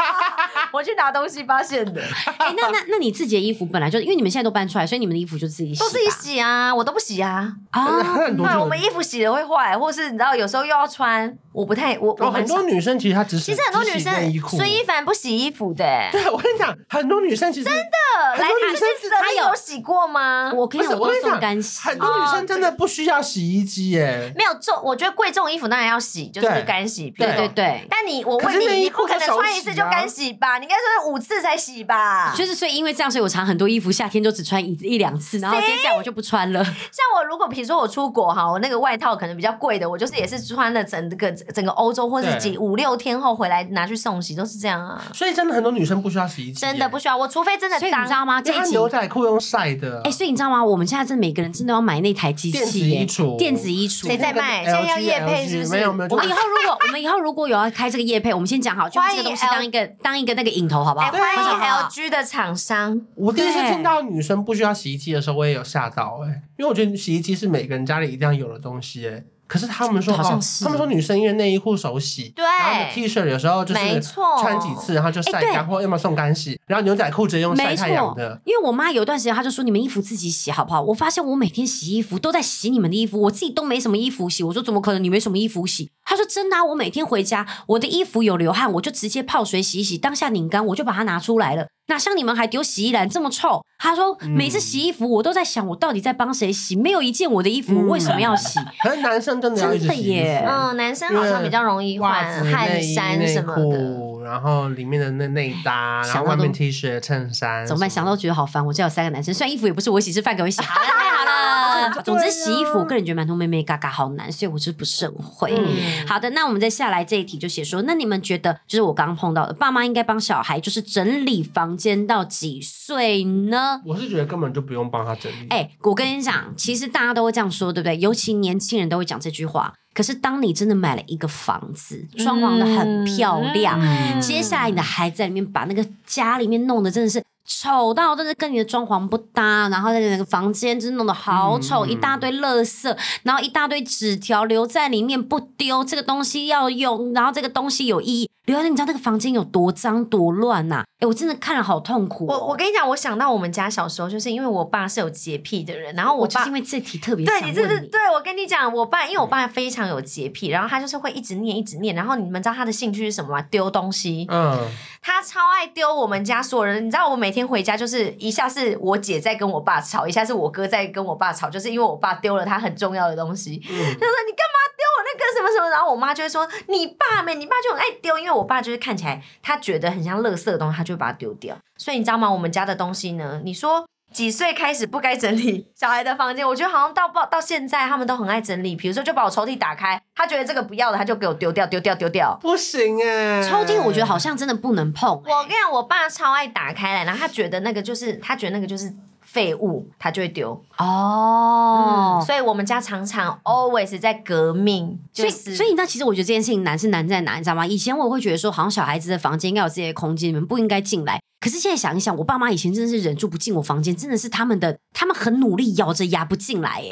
[SPEAKER 2] 我去拿东西发现的。
[SPEAKER 1] 哎，那那那你自己的衣服本来就，因为你们现在都搬出来，所以你们的衣服就自己洗吧，
[SPEAKER 2] 都自己洗啊，我都不洗啊。
[SPEAKER 1] 啊。
[SPEAKER 3] 很多
[SPEAKER 2] 对，
[SPEAKER 3] 就
[SPEAKER 2] 我们衣服洗了会坏，或是你知道有时候又要穿，我不太我我
[SPEAKER 3] 哦，
[SPEAKER 2] 们
[SPEAKER 3] 很多女生其实她只
[SPEAKER 2] 其
[SPEAKER 3] 其
[SPEAKER 2] 实很多女
[SPEAKER 3] 内衣
[SPEAKER 2] 生
[SPEAKER 3] 裤，
[SPEAKER 2] 孙一凡不洗衣服的，
[SPEAKER 3] 对我跟你讲，很多女生其实真的
[SPEAKER 2] 呃
[SPEAKER 3] 很
[SPEAKER 2] 来
[SPEAKER 3] 多
[SPEAKER 2] 他这
[SPEAKER 3] 女生
[SPEAKER 2] 次他有洗过吗？
[SPEAKER 1] 我跟
[SPEAKER 3] 不
[SPEAKER 1] 你
[SPEAKER 3] 是
[SPEAKER 1] 讲，
[SPEAKER 3] 我跟
[SPEAKER 1] 都
[SPEAKER 3] 你
[SPEAKER 1] 送
[SPEAKER 3] 讲
[SPEAKER 1] 干洗，
[SPEAKER 3] 很多女
[SPEAKER 2] 哦
[SPEAKER 3] 生真的不需要洗衣机耶。
[SPEAKER 2] 没有重，我觉得贵重衣服当然要洗，就是
[SPEAKER 3] 对
[SPEAKER 2] 干洗。
[SPEAKER 1] 对
[SPEAKER 3] 对
[SPEAKER 1] 对对。
[SPEAKER 2] 但你我
[SPEAKER 3] 可
[SPEAKER 2] 问
[SPEAKER 3] 是
[SPEAKER 2] 你，
[SPEAKER 3] 内衣
[SPEAKER 2] 你
[SPEAKER 3] 裤
[SPEAKER 2] 不可能
[SPEAKER 3] 就手
[SPEAKER 2] 穿一次
[SPEAKER 3] 洗
[SPEAKER 2] 就
[SPEAKER 3] 啊
[SPEAKER 2] 干洗吧？你应该说是五次才洗吧？
[SPEAKER 1] 就是所以因为这样，所以我常很多衣服夏天就只穿一一两次，然后接下来我就不穿了。
[SPEAKER 2] 像我如果比如说我出国哈，我那个外套可能比较贵的，我就是也是穿了整个整个欧洲或是几
[SPEAKER 3] 对
[SPEAKER 2] 五六天后回来拿去送洗，都是这样啊。
[SPEAKER 3] 所以真的很多女生不需要洗衣机耶，
[SPEAKER 2] 真的不需要，我除非真的
[SPEAKER 1] 所以你
[SPEAKER 2] 脏
[SPEAKER 1] 知，道吗？这
[SPEAKER 3] 因
[SPEAKER 1] 一
[SPEAKER 3] 为她
[SPEAKER 1] 集
[SPEAKER 3] 牛仔裤用晒的。
[SPEAKER 1] 哎，所以你知道吗？我们现在真的每个人真的要买那台机
[SPEAKER 3] 电子
[SPEAKER 1] 器耶
[SPEAKER 3] 衣橱，
[SPEAKER 1] 电子衣橱
[SPEAKER 2] 谁在卖现在要业配是不是
[SPEAKER 3] 没有没有，
[SPEAKER 1] 我们
[SPEAKER 3] 就
[SPEAKER 1] 以
[SPEAKER 3] 是
[SPEAKER 1] 后如果我们以后如果有要开这个业配，我们先讲好，就这个东西
[SPEAKER 2] 欢
[SPEAKER 1] 当
[SPEAKER 2] 迎
[SPEAKER 1] 一个当一个那个引头，好不
[SPEAKER 2] 哎
[SPEAKER 1] 好？
[SPEAKER 2] 欢
[SPEAKER 1] 好
[SPEAKER 2] 迎
[SPEAKER 1] 不好
[SPEAKER 2] LG 的厂商，
[SPEAKER 3] 我第一次
[SPEAKER 1] 对
[SPEAKER 3] 听到女生不需要洗衣机的时候，我也有吓到哎、因为我觉得洗衣机是每个人家里一定要有的东西哎、可是他们说，
[SPEAKER 1] 好像
[SPEAKER 3] 哦
[SPEAKER 1] 是
[SPEAKER 3] 他们说女生因为内衣裤手洗，
[SPEAKER 2] 对
[SPEAKER 3] 然后你 T 恤有时候就
[SPEAKER 2] 没
[SPEAKER 3] 是
[SPEAKER 2] 错
[SPEAKER 3] 穿几次，然后就晒
[SPEAKER 1] 哎
[SPEAKER 3] 干，
[SPEAKER 1] 对
[SPEAKER 3] 或要么送干洗，然后牛仔裤直接用晒
[SPEAKER 1] 没
[SPEAKER 3] 太阳
[SPEAKER 1] 错
[SPEAKER 3] 的，，
[SPEAKER 1] 因为我妈有一段时间，她就说你们衣服自己洗好不好？我发现我每天洗衣服都在洗你们的衣服，我自己都没什么衣服洗。我说怎么可能你没什么衣服洗？她说真的、啊，我每天回家我的衣服有流汗，我就直接泡水洗一洗，当下拧干我就把它拿出来了。哪像你们还丢洗衣篮这么臭？她说
[SPEAKER 3] 嗯
[SPEAKER 1] 每次洗衣服我都在想我到底在帮谁洗，没有一件我的衣服我为什么要洗？
[SPEAKER 3] 可是男生真的要一直洗衣
[SPEAKER 1] 真的耶
[SPEAKER 3] 服，
[SPEAKER 2] 嗯，男生好像比较容易
[SPEAKER 3] 袜
[SPEAKER 2] 换
[SPEAKER 3] 子、
[SPEAKER 2] 汗
[SPEAKER 3] 内衣
[SPEAKER 2] 衫
[SPEAKER 3] 内
[SPEAKER 2] 什么的。
[SPEAKER 3] 裤，然后里面的那内搭，然后
[SPEAKER 1] 想到
[SPEAKER 3] 外面
[SPEAKER 1] 都
[SPEAKER 3] T 恤、衬衫，
[SPEAKER 1] 怎么办？想到觉得好烦。我家有三个男生，虽然衣服也不是我洗，是范给我洗。哎好了太好了，总之洗衣服，我个人觉得馒头妹妹嘎嘎好难，所以我就是不是很会。
[SPEAKER 2] 嗯
[SPEAKER 1] 好的，那我们再下来这一题就写说，那你们觉得就是我刚刚碰到的，爸妈应该帮小孩就是整理房间到几岁呢？
[SPEAKER 3] 我是觉得根本就不用帮他整理。
[SPEAKER 1] 哎、我跟你讲，其实大家都会这样说，对不对？尤其年轻人都会讲这句话。可是当你真的买了一个房子，装潢的很漂亮，
[SPEAKER 3] 嗯
[SPEAKER 1] 接下来你的孩子在里面把那个家里面弄得真的是丑到，真的跟你的装潢不搭，然后在那个房间真的弄得好丑，
[SPEAKER 3] 嗯
[SPEAKER 1] 一大堆垃圾，然后一大堆纸条留在里面不丢，这个东西要用，然后这个东西有意义，留在你知道那个房间有多脏多乱呐、哎、我真的看了好痛苦哦、
[SPEAKER 2] 我我跟你讲，我想到我们家小时候，就是因为我爸是有洁癖的人，然后
[SPEAKER 1] 我
[SPEAKER 2] 我
[SPEAKER 1] 就
[SPEAKER 2] 爸
[SPEAKER 1] 是因为这题特别
[SPEAKER 2] 对
[SPEAKER 1] 想
[SPEAKER 2] 你
[SPEAKER 1] 问嗯
[SPEAKER 2] 这是对我跟你讲，我爸因为我爸非常有洁癖，然后他就是会一直念一直念，然后你们知道他的兴趣是什么吗？丢东西，
[SPEAKER 3] 嗯，
[SPEAKER 2] 他超爱丢我们家所有人。你知道我每天回家就是一下是我姐在跟我爸吵，一下是我哥在跟我爸吵，就是因为我爸丢了他很重要的东西，他说你干嘛丢我那个什么什么，然后我妈就会说你爸没，你爸就很爱丢，因为我爸就是看起来他觉得很像垃圾的东西，他就会把它丢掉。所以你知道吗？我们家的东西呢，你说。几岁开始不该整理 小孩的房间？我觉得好像到不到现在，他们都很爱整理。比如说，就把我抽屉打开，他觉得这个不要的，他就给我丢掉，丢掉，丢掉。
[SPEAKER 3] 不行哎、
[SPEAKER 1] 抽屉，我觉得好像真的不能碰、哎
[SPEAKER 2] 我跟你讲，我爸超爱打开来，然后他觉得那个就是，他觉得那个就是废物，他就会丢。
[SPEAKER 1] 哦
[SPEAKER 2] 哦、
[SPEAKER 1] 嗯
[SPEAKER 2] 所以我们家常常 always 在革命，
[SPEAKER 1] 所
[SPEAKER 2] 就
[SPEAKER 1] 以，
[SPEAKER 2] 是
[SPEAKER 1] 所以你知道，其实我觉得这件事情难是难在哪，你知道吗？以前我会觉得说，好像小孩子的房间应该有自己的空间，你们不应该进来。可是现在想一想，我爸妈以前真的是忍住不进我房间，真的是他们的，他们很努力咬着牙不进 来耶。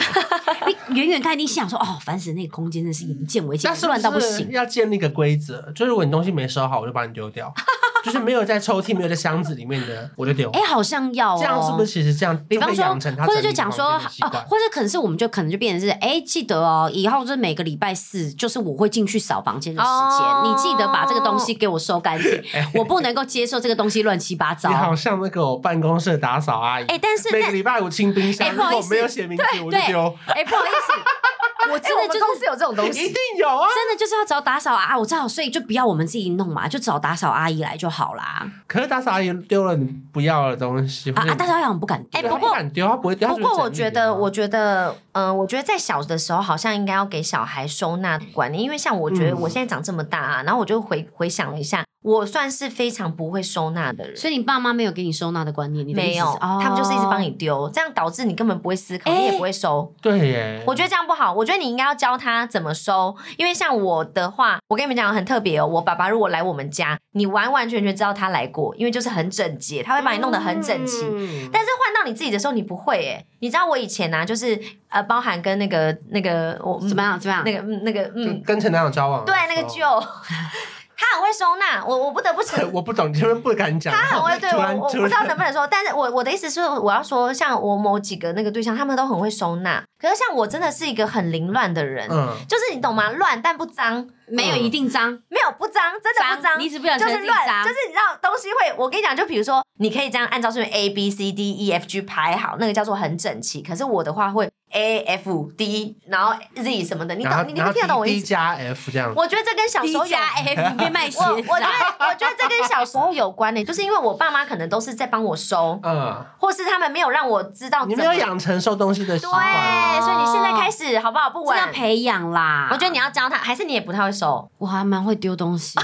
[SPEAKER 1] 你远远看，你想说，哦，烦死了，那个空间真是一见为净
[SPEAKER 3] 但，是
[SPEAKER 1] 乱到不
[SPEAKER 3] 是
[SPEAKER 1] 行。
[SPEAKER 3] 要建立一个规则，就是如果你东西没收好，我就把你丢 掉，就是没有在抽屉、没有在箱子里面的，我就丢。
[SPEAKER 1] 哎，好像要、哦、
[SPEAKER 3] 这样是不是其实这样，
[SPEAKER 1] 比方说
[SPEAKER 3] 养成，他
[SPEAKER 1] 或者
[SPEAKER 3] 整
[SPEAKER 1] 就
[SPEAKER 3] 理
[SPEAKER 1] 讲说，
[SPEAKER 3] 房间的习
[SPEAKER 1] 哦，
[SPEAKER 3] 惯
[SPEAKER 1] 或者可能是我们就可能就变成是，哎，记得哦，以后就是每个礼拜四，就是我会进去扫房间的时间，
[SPEAKER 2] 哦
[SPEAKER 1] 你记得把这个东西给我收干净，我不能够接受这个东西乱七八糟
[SPEAKER 3] 哦你。好像那个我办公室的打扫阿姨，
[SPEAKER 1] 哎，但是
[SPEAKER 3] 每
[SPEAKER 1] 那
[SPEAKER 3] 个礼拜五清冰箱，
[SPEAKER 1] 哎
[SPEAKER 3] 如
[SPEAKER 1] 不好意
[SPEAKER 3] 果
[SPEAKER 1] 思
[SPEAKER 3] 没有写名字我就
[SPEAKER 1] 对
[SPEAKER 3] 丢，
[SPEAKER 1] 哎，不好意思，我
[SPEAKER 2] 哎、
[SPEAKER 1] 真
[SPEAKER 2] 我
[SPEAKER 1] 的
[SPEAKER 2] 们
[SPEAKER 1] 就是
[SPEAKER 2] 公司有这种东
[SPEAKER 3] 一
[SPEAKER 2] 西
[SPEAKER 3] 定。有啊。
[SPEAKER 1] 真的就是要找打扫啊，我知道，所以就不要我们自己弄嘛，就找打扫阿姨来就好啦。
[SPEAKER 3] 可是打扫阿姨丢了你不要的东西，
[SPEAKER 1] 啊
[SPEAKER 3] 或者
[SPEAKER 1] 啊，打扫阿姨很不敢丢
[SPEAKER 2] 哎
[SPEAKER 3] 对
[SPEAKER 2] 不
[SPEAKER 3] 她
[SPEAKER 2] 过
[SPEAKER 3] 敢丢，她不会丢。她
[SPEAKER 2] 不过我
[SPEAKER 3] 整理
[SPEAKER 2] 觉
[SPEAKER 3] 啊
[SPEAKER 2] 得，我觉得，嗯、我觉得在小的时候好像应该要给小孩收纳管理，因为像我觉得
[SPEAKER 3] 嗯
[SPEAKER 2] 我现在长这么大、啊，然后我就回回想了一下，我算是非常不会收纳的人。
[SPEAKER 1] 所以你爸妈没有给你收纳的观念，你的意思
[SPEAKER 2] 没
[SPEAKER 1] 是
[SPEAKER 2] 有，
[SPEAKER 1] 哦
[SPEAKER 2] 他们就是一直帮你丢，这样导致你根本不会思考，
[SPEAKER 1] 哎
[SPEAKER 2] 你也不会收。
[SPEAKER 3] 对耶，
[SPEAKER 2] 我觉得这样不好，我觉得你应该要教他怎么收，因为像我的话，我跟你们讲很特别哦。我爸爸如果来我们家，你完完全全知道他来过，因为就是很整洁，他会把你弄得很整齐。
[SPEAKER 3] 嗯
[SPEAKER 2] 但是换到你自己的时候，你不会诶、你知道我以前啊，就是呃，包含跟那个那个我
[SPEAKER 1] 怎么样怎么样
[SPEAKER 2] 那？个嗯那个
[SPEAKER 3] 就
[SPEAKER 2] 嗯，
[SPEAKER 3] 跟前男友交往的
[SPEAKER 2] 对
[SPEAKER 3] 时候，
[SPEAKER 2] 那个哦舅，他很会收纳，我我不得不承认
[SPEAKER 3] 我不懂，你这边不敢讲。
[SPEAKER 2] 他很会对
[SPEAKER 3] 突
[SPEAKER 2] 我
[SPEAKER 3] 然，
[SPEAKER 2] 我不
[SPEAKER 3] 突
[SPEAKER 2] 知道
[SPEAKER 3] 然
[SPEAKER 2] 能不能说，但是我我的意思是，我要说，像我某几个那个对象，他们都很会收纳，可是像我真的是一个很凌乱的人，
[SPEAKER 3] 嗯，
[SPEAKER 2] 就是你懂吗？乱但不脏，
[SPEAKER 1] 没有一定脏，
[SPEAKER 2] 没有不脏，真的不脏。
[SPEAKER 1] 你只不想
[SPEAKER 2] 就
[SPEAKER 1] 承
[SPEAKER 2] 是
[SPEAKER 1] 认自己
[SPEAKER 2] 乱，
[SPEAKER 1] 脏
[SPEAKER 2] 就是你知道东西会，我跟你讲，就比如说，你可以这样按照顺序 A B C D E F G 排好，那个叫做很整齐。可是我的话会 A F D，然 E，后 Z 什么的，你
[SPEAKER 3] 然后
[SPEAKER 2] 懂？你你会听得懂我
[SPEAKER 3] 然后
[SPEAKER 2] 意
[SPEAKER 3] D
[SPEAKER 2] 思？
[SPEAKER 3] 加 F 这样。
[SPEAKER 2] 我觉得这跟小时候
[SPEAKER 1] D
[SPEAKER 2] 有
[SPEAKER 1] 加 F 变卖鞋
[SPEAKER 2] 我我
[SPEAKER 1] 子
[SPEAKER 2] 觉得
[SPEAKER 1] 啊。
[SPEAKER 2] 我觉得这跟小时候有关的、就是因为我爸妈可能都是在帮我收，
[SPEAKER 3] 嗯，
[SPEAKER 2] 或是他们没有让我知道
[SPEAKER 3] 你
[SPEAKER 2] 哦怎
[SPEAKER 3] 没
[SPEAKER 2] 么
[SPEAKER 3] 有养哦成收东西的习
[SPEAKER 2] 对，
[SPEAKER 3] 惯。
[SPEAKER 2] 所以你现在开始好不好？不
[SPEAKER 1] 这
[SPEAKER 2] 晚
[SPEAKER 1] 要。培养啦，
[SPEAKER 2] 我觉得你要教他，还是你也不太会收。
[SPEAKER 1] 我还蛮会丢东西的，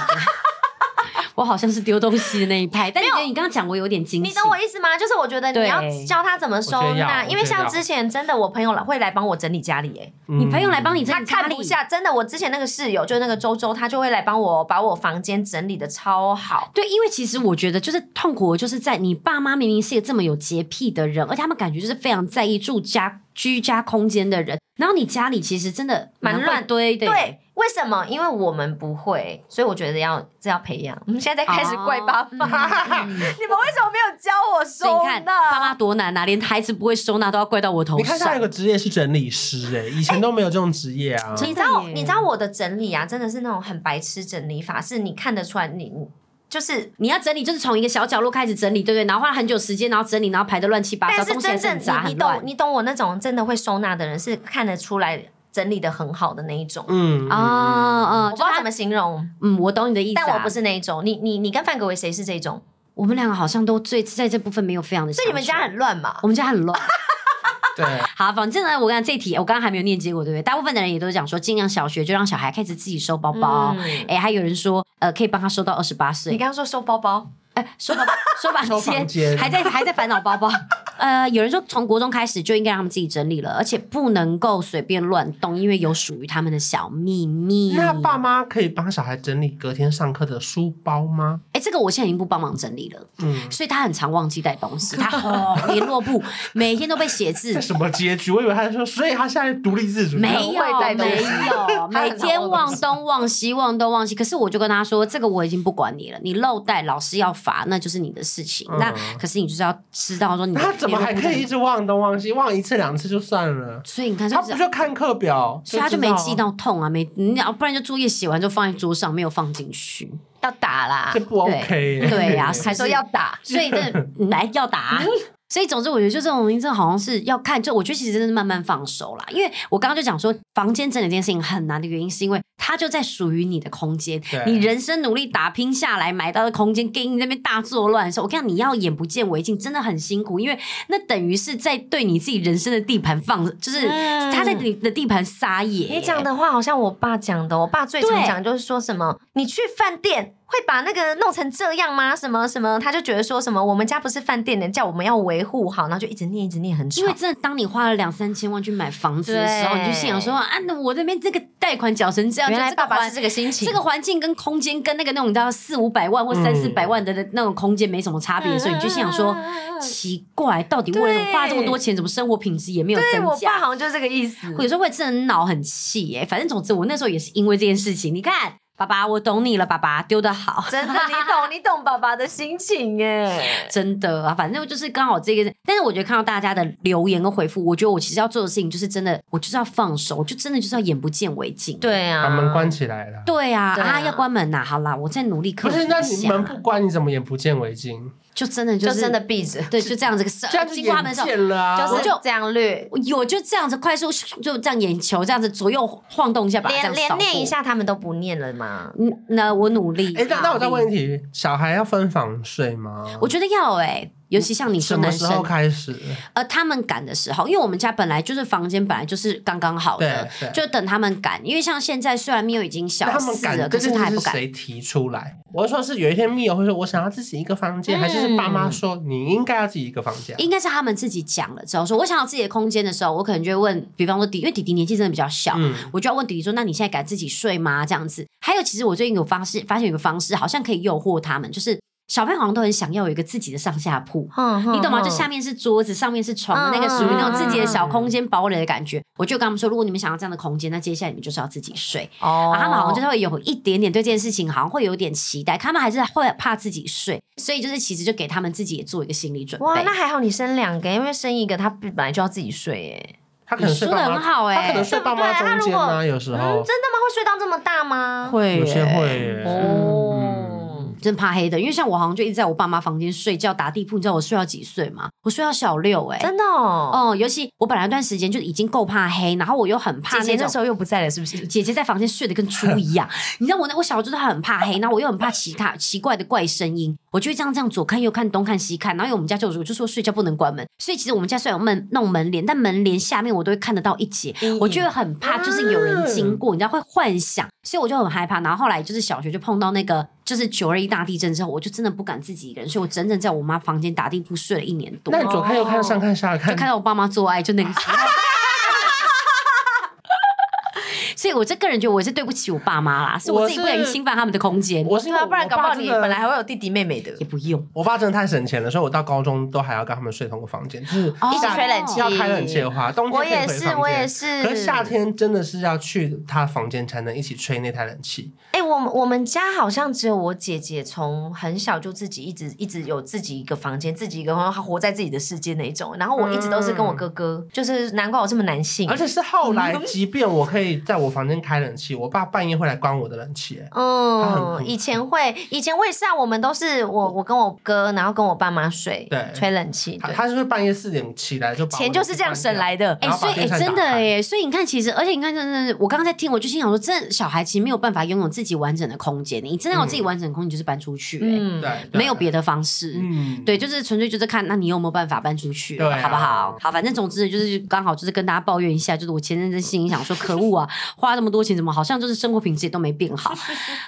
[SPEAKER 1] 我好像是丢东西的那一派。但你你刚刚讲，我有点惊喜。
[SPEAKER 2] 你懂我意思吗？就是我觉得你
[SPEAKER 1] 对
[SPEAKER 2] 要教他怎么收
[SPEAKER 3] 我觉得
[SPEAKER 2] 纳，
[SPEAKER 3] 要
[SPEAKER 2] 因为
[SPEAKER 3] 我觉得
[SPEAKER 2] 像
[SPEAKER 3] 要
[SPEAKER 2] 之前真的我朋友来会来帮我整理家里、欸，
[SPEAKER 3] 嗯
[SPEAKER 1] 你朋友来帮你整
[SPEAKER 2] 他
[SPEAKER 1] 理家
[SPEAKER 2] 看
[SPEAKER 1] 里
[SPEAKER 2] 不，下，真的我之前那个室友就是那个周周，他就会来帮我把我房间整理的超好。
[SPEAKER 1] 对，因为其实我觉得就是痛苦，就是在你爸妈明明是一个这么有洁癖的人，而且他们感觉就是非常在意住家居家空间的人，然后你家里其实真的
[SPEAKER 2] 蛮乱
[SPEAKER 1] 会堆的，
[SPEAKER 2] 对，，为什么？因为我们不会，所以我觉得要这要培养。 我们现在在开始
[SPEAKER 1] 哦嗯
[SPEAKER 2] 怪爸妈， 你们为什么没有教我
[SPEAKER 1] 所以你
[SPEAKER 2] 收
[SPEAKER 1] 看爸妈
[SPEAKER 2] 纳？
[SPEAKER 1] 多难啊，连孩子不会收纳都要怪到我头
[SPEAKER 3] 你看他有
[SPEAKER 1] 上。
[SPEAKER 3] 个职业是整理师，哎，以前都没有这种职业啊。
[SPEAKER 1] 真
[SPEAKER 2] 你知道
[SPEAKER 1] 真的耶
[SPEAKER 2] 你知道我的整理啊，真的是那种很白痴整理法，是你看得出来你，你就是
[SPEAKER 1] 你要整理，就是从一个小角落开始整理，对不对？然后花很久时间，然后整理，然后排的乱七八糟，
[SPEAKER 2] 但是
[SPEAKER 1] 东西还
[SPEAKER 2] 真
[SPEAKER 1] 是很杂
[SPEAKER 2] 正你
[SPEAKER 1] 很
[SPEAKER 2] 你
[SPEAKER 1] 乱
[SPEAKER 2] 懂。你懂我那种真的会收纳的人，是看得出来整理的很好的那一种。
[SPEAKER 3] 嗯
[SPEAKER 1] 啊嗯，
[SPEAKER 2] 我不
[SPEAKER 1] 就
[SPEAKER 2] 知道
[SPEAKER 1] 他
[SPEAKER 2] 怎么形容，
[SPEAKER 1] 嗯，我懂你的意思啊，
[SPEAKER 2] 但我不是那一种。你你你跟范格维谁是这种？
[SPEAKER 1] 我们两个好像都最在这部分没有非常的
[SPEAKER 2] 所
[SPEAKER 1] 相处，啊
[SPEAKER 2] 以你们家很乱嘛？
[SPEAKER 1] 我们家很乱。
[SPEAKER 3] 对，
[SPEAKER 1] 好，反正呢，我刚才这一题我刚刚还没有念结果，对不对？大部分的人也都讲说，尽量小学就让小孩开始自己收包包。
[SPEAKER 2] 嗯
[SPEAKER 1] 哎、还有人说，呃，可以帮他收到二十八岁
[SPEAKER 2] 你。刚刚说收包包，
[SPEAKER 1] 哎，收房收
[SPEAKER 3] 收
[SPEAKER 1] 房
[SPEAKER 3] 房
[SPEAKER 1] 间，
[SPEAKER 3] 间
[SPEAKER 1] 还在还在烦恼包 包。呃，有人说从国中开始就应该让他们自己整理了，而且不能够随便乱动，因为有属于他们的小秘密。
[SPEAKER 3] 那爸妈可以帮小孩整理隔天上课的书包吗？
[SPEAKER 1] 哎，这个我现在已经不帮忙整理了，
[SPEAKER 3] 嗯，
[SPEAKER 1] 所以他很常忘记带东西， 他哦联络簿每天都被写字
[SPEAKER 3] 这。什么结局？我以为他说，所以他现在独立自主，
[SPEAKER 1] 没
[SPEAKER 2] 很
[SPEAKER 1] 有
[SPEAKER 2] 会带东
[SPEAKER 1] 没
[SPEAKER 2] 西
[SPEAKER 1] 有，每天忘东忘西，忘东忘西。可是我就跟他说，这个我已经不管你了，你漏带老师要罚，那就是你的事情。
[SPEAKER 3] 嗯
[SPEAKER 1] 那可是你就是要知道说你
[SPEAKER 3] 那
[SPEAKER 1] 的
[SPEAKER 3] 他怎么还可以
[SPEAKER 1] 联络簿
[SPEAKER 3] 一
[SPEAKER 1] 在哪？
[SPEAKER 3] 直忘东忘西？忘一次两次就算了，
[SPEAKER 1] 所以你看，
[SPEAKER 3] 他
[SPEAKER 1] 是
[SPEAKER 3] 不就看课表，
[SPEAKER 1] 所以他就
[SPEAKER 3] 知道
[SPEAKER 1] 没记，到痛啊，没，你要不然就作业写完就放在桌上，没有放进 去。
[SPEAKER 2] 要打啦
[SPEAKER 3] 这，不 OK 耶。
[SPEAKER 1] 对 呀、
[SPEAKER 2] 还
[SPEAKER 1] 还
[SPEAKER 2] 说
[SPEAKER 1] 是
[SPEAKER 2] 要打，
[SPEAKER 1] 所以这来要打、啊所以总之，我觉得就这种东西，真的好像是要看，就我觉得其实真的是慢慢放手啦。因为我刚刚就讲说，房间整理这件事情很难的原因，是因为它就在属于你的空间
[SPEAKER 3] 对，
[SPEAKER 1] 你人生努力打拼下来买到的空间，给你那边大作乱的时候，我跟你讲，你要眼不见为净，真的很辛苦，因为那等于是在对你自己人生的地盘放，就是
[SPEAKER 2] 嗯
[SPEAKER 1] 他在你的地盘撒野、
[SPEAKER 2] 你讲的话好像我爸讲的，我爸最常讲就是说什么，你去饭店会把那个弄成这样吗？什么什么，他就觉得说什么我们家不是饭店的，叫我们要维护好，然后就一直念一直念很吵
[SPEAKER 1] 因为。真的，当你花了两三千万去买房子的时候，
[SPEAKER 2] 对
[SPEAKER 1] 你就心想说啊，那我那边这个贷款缴成这样，
[SPEAKER 2] 原
[SPEAKER 1] 就
[SPEAKER 2] 来
[SPEAKER 1] 这个
[SPEAKER 2] 爸爸
[SPEAKER 1] 环
[SPEAKER 2] 是这个心情，
[SPEAKER 1] 这个环境跟空间跟那个那种到四五百万或三四百万的那种空间没什么差别，所以你就心想
[SPEAKER 2] 嗯
[SPEAKER 1] 说。奇怪，到底为了
[SPEAKER 2] 对
[SPEAKER 1] 花这么多钱，怎么生活品质也没有
[SPEAKER 2] 对
[SPEAKER 1] 增
[SPEAKER 2] 我爸
[SPEAKER 1] 加？
[SPEAKER 2] 好像就是这个意思。
[SPEAKER 1] 有时候会真的恼很气耶、反正总之，我那时候也是因为这件事情。你看，爸爸，我懂你了，爸爸丢的好。
[SPEAKER 2] 真的，你懂，你懂爸爸的心情 哎。
[SPEAKER 1] 真的啊，反正就是刚好这个，但是我觉得看到大家的留言跟回复，我觉得我其实要做的事情就是真的，我就是要放手，我就真的就是要眼不见为净。
[SPEAKER 2] 对啊，
[SPEAKER 3] 把门关起来了。
[SPEAKER 1] 对啊，
[SPEAKER 2] 对啊
[SPEAKER 1] 啊要关门呐、好啦，我再努力克
[SPEAKER 3] 不
[SPEAKER 1] 服
[SPEAKER 3] 是，那
[SPEAKER 1] 一
[SPEAKER 3] 你
[SPEAKER 1] 下
[SPEAKER 3] 门，不关，你怎么眼不见为净？
[SPEAKER 1] 就真的
[SPEAKER 2] 就是真的闭着，
[SPEAKER 1] 对，就这样子个事，
[SPEAKER 3] 这样 就
[SPEAKER 1] 经过他们的
[SPEAKER 3] 眼
[SPEAKER 1] 时候。
[SPEAKER 3] 见了啊！
[SPEAKER 2] 就
[SPEAKER 1] 我
[SPEAKER 2] 是
[SPEAKER 1] 就
[SPEAKER 2] 这样略，
[SPEAKER 1] 有就这样子快速就这样眼球这样子左右晃动一下，把它这
[SPEAKER 2] 连
[SPEAKER 1] 样
[SPEAKER 2] 连
[SPEAKER 1] 扫
[SPEAKER 2] 念
[SPEAKER 1] 过
[SPEAKER 2] 一。下他们都不念了 嘛。
[SPEAKER 1] 嗯，那我努力。
[SPEAKER 3] 哎，那那我再问
[SPEAKER 1] 你，
[SPEAKER 3] 一题：小孩要分房睡吗？
[SPEAKER 1] 我觉得要哎、尤其像你说
[SPEAKER 3] 什么
[SPEAKER 1] 男
[SPEAKER 3] 时
[SPEAKER 1] 生，
[SPEAKER 3] 候开始？
[SPEAKER 1] 呃，他们赶的时候，因为我们家本来就是房间本来就是刚刚好的
[SPEAKER 3] 对对，
[SPEAKER 1] 哦就等他们赶。因为像现在虽然 Mio 已经
[SPEAKER 3] 那
[SPEAKER 1] 小
[SPEAKER 3] 他们
[SPEAKER 1] 四
[SPEAKER 3] 敢
[SPEAKER 1] 了，
[SPEAKER 3] 这
[SPEAKER 1] 可是
[SPEAKER 3] 件
[SPEAKER 1] 他还
[SPEAKER 3] 事
[SPEAKER 1] 不
[SPEAKER 3] 是
[SPEAKER 1] 敢。
[SPEAKER 3] 谁提出来？我是说是有一天密友会说，我想要自己一个房
[SPEAKER 2] 嗯
[SPEAKER 3] 间，还是是爸妈说你应该要自己一个房间？啊
[SPEAKER 1] 应该是他们自己讲了之后，说我想要自己的空间的时候，我可能就会问，比方说弟，因为弟弟年纪真的比较小，
[SPEAKER 3] 嗯，
[SPEAKER 1] 我就要问弟弟说：“那你现在敢自己睡吗？”这样子。还有，其实我最近有方式发现有个方式，好像可以诱惑他们，就是小朋友好像都很想要有一个自己的上下铺。你
[SPEAKER 3] 嗯
[SPEAKER 2] 你
[SPEAKER 1] 懂吗？就下面是桌子，上面是床
[SPEAKER 2] 嗯，
[SPEAKER 1] 那个属于那种
[SPEAKER 2] 嗯
[SPEAKER 1] 自己的小空间堡垒的感觉。我就跟他们说，如果你们想要这样的空间，那接下来你们就是要自己睡。
[SPEAKER 2] 哦
[SPEAKER 1] 然后他们好像就是会有一点点对这件事情好像会有点期待，他们还是会怕自己睡，所以就是其实就给他们自己也做一个心理准
[SPEAKER 2] 哇，
[SPEAKER 1] 备
[SPEAKER 2] 那。还好你生两个，因为生一个他本来就要自己睡哎。
[SPEAKER 3] 他可能睡
[SPEAKER 1] 你说
[SPEAKER 3] 爸
[SPEAKER 1] 得
[SPEAKER 3] 妈，
[SPEAKER 1] 很好欸
[SPEAKER 3] 他可能睡爸妈
[SPEAKER 2] 对不对
[SPEAKER 3] 中间
[SPEAKER 2] 他如
[SPEAKER 3] 啊，
[SPEAKER 2] 果
[SPEAKER 3] 有时
[SPEAKER 2] 嗯，
[SPEAKER 3] 候
[SPEAKER 2] 真的吗？会睡到这么大吗？
[SPEAKER 1] 会
[SPEAKER 3] 有些
[SPEAKER 1] 耶
[SPEAKER 3] 会耶。嗯
[SPEAKER 2] 哦，
[SPEAKER 1] 真怕黑的，因为像我好像就一直在我爸妈房间睡觉打地铺，你知道我睡到几岁吗？我睡到小六哎、
[SPEAKER 2] 真的哦。
[SPEAKER 1] 哦、尤其我本来那段时间就已经够怕黑，然后我又很怕
[SPEAKER 2] 姐姐
[SPEAKER 1] 那
[SPEAKER 2] 那
[SPEAKER 1] 种
[SPEAKER 2] 时。候又不在了，是不 是？
[SPEAKER 1] 姐姐在房间睡得跟猪一样，你知道我那我小时候真的很怕黑，然后我又很怕其他奇怪的怪声音，我就会这样这样左看右看东看西看，然后因为我们家就有我就说睡觉不能关门，所以其实我们家虽然有门弄门帘，但门帘下面我都会看得到一截，
[SPEAKER 2] 嗯
[SPEAKER 1] 我 就会很怕，就是有人经过，你知道会幻想，所以我就很害怕。然后后来就是小学就碰到那个就是九二一大地震之后，我就真的不敢自己一个人睡，我整整在我妈房间打地铺睡了一年多
[SPEAKER 3] 那，你左看右看，上看下
[SPEAKER 1] 就看
[SPEAKER 3] 看，
[SPEAKER 1] 到我爸妈做爱，就那个时候。 所以，我这个人觉得我是对不起我爸妈啦，是我自己不小心侵犯他们的空间，
[SPEAKER 3] 我是
[SPEAKER 2] 对
[SPEAKER 3] 因为
[SPEAKER 2] 啊，
[SPEAKER 3] 我
[SPEAKER 2] 不然搞不
[SPEAKER 3] 爸
[SPEAKER 2] 好
[SPEAKER 3] 真
[SPEAKER 2] 你
[SPEAKER 3] 的
[SPEAKER 2] 本来还会有弟弟妹妹的。
[SPEAKER 1] 也不用。
[SPEAKER 3] 我爸真的太省钱了，所以我到高中都还要跟他们睡同个房间，就是
[SPEAKER 1] 哦
[SPEAKER 2] 一直吹冷气
[SPEAKER 3] 要开冷气的话，冬
[SPEAKER 2] 我
[SPEAKER 3] 天可以回
[SPEAKER 2] 也是
[SPEAKER 3] 房，间
[SPEAKER 2] 我也。是。
[SPEAKER 3] 可是夏天真的是要去他房间才能一起吹那台冷气，
[SPEAKER 2] 哎、我们我们家好像只有我姐姐，从很小就自己一直一直有自己一个房间，自己一个房间，她活在自己的世界那一
[SPEAKER 3] 嗯
[SPEAKER 2] 种。然后我一直都是跟我哥哥，就是难怪我这么男性嗯
[SPEAKER 3] 而。且是后来，即便我可以在我我房间开冷气，我爸半夜会来关我的冷气、欸。他很酷
[SPEAKER 2] 嗯，以前会，以前我也是啊，我们都是我我跟我哥，然后跟我爸妈睡，
[SPEAKER 3] 对
[SPEAKER 2] 吹冷气，
[SPEAKER 3] 他
[SPEAKER 2] 对，
[SPEAKER 3] 他是不是半夜四点起来就把我
[SPEAKER 2] 钱
[SPEAKER 3] 冷
[SPEAKER 2] 就是
[SPEAKER 3] 气
[SPEAKER 2] 这样
[SPEAKER 3] 关
[SPEAKER 2] 省
[SPEAKER 3] 掉
[SPEAKER 2] 来的。
[SPEAKER 1] 哎、
[SPEAKER 3] 然后
[SPEAKER 1] 所
[SPEAKER 3] 把
[SPEAKER 1] 以哎、
[SPEAKER 3] 电扇
[SPEAKER 1] 真的
[SPEAKER 3] 打开
[SPEAKER 1] 耶，所以你看，其实，而且你看，真的，我刚刚在听，我就心想说，这小孩其实没有办法拥有自己完整的空间。你真的有自己完整的空间，就是搬出去、哎、
[SPEAKER 2] 嗯，
[SPEAKER 3] 对，
[SPEAKER 1] 没有
[SPEAKER 3] 对
[SPEAKER 1] 别的方式。
[SPEAKER 3] 嗯
[SPEAKER 1] 对，就是纯粹就是看，那你有没有办法搬出去，
[SPEAKER 3] 对啊
[SPEAKER 1] 好不好？好，反正总之就是刚好就是跟大家抱怨一下，就是我前阵子心里想说，可恶啊，花这么多钱，怎么好像就是生活品质也都没变好。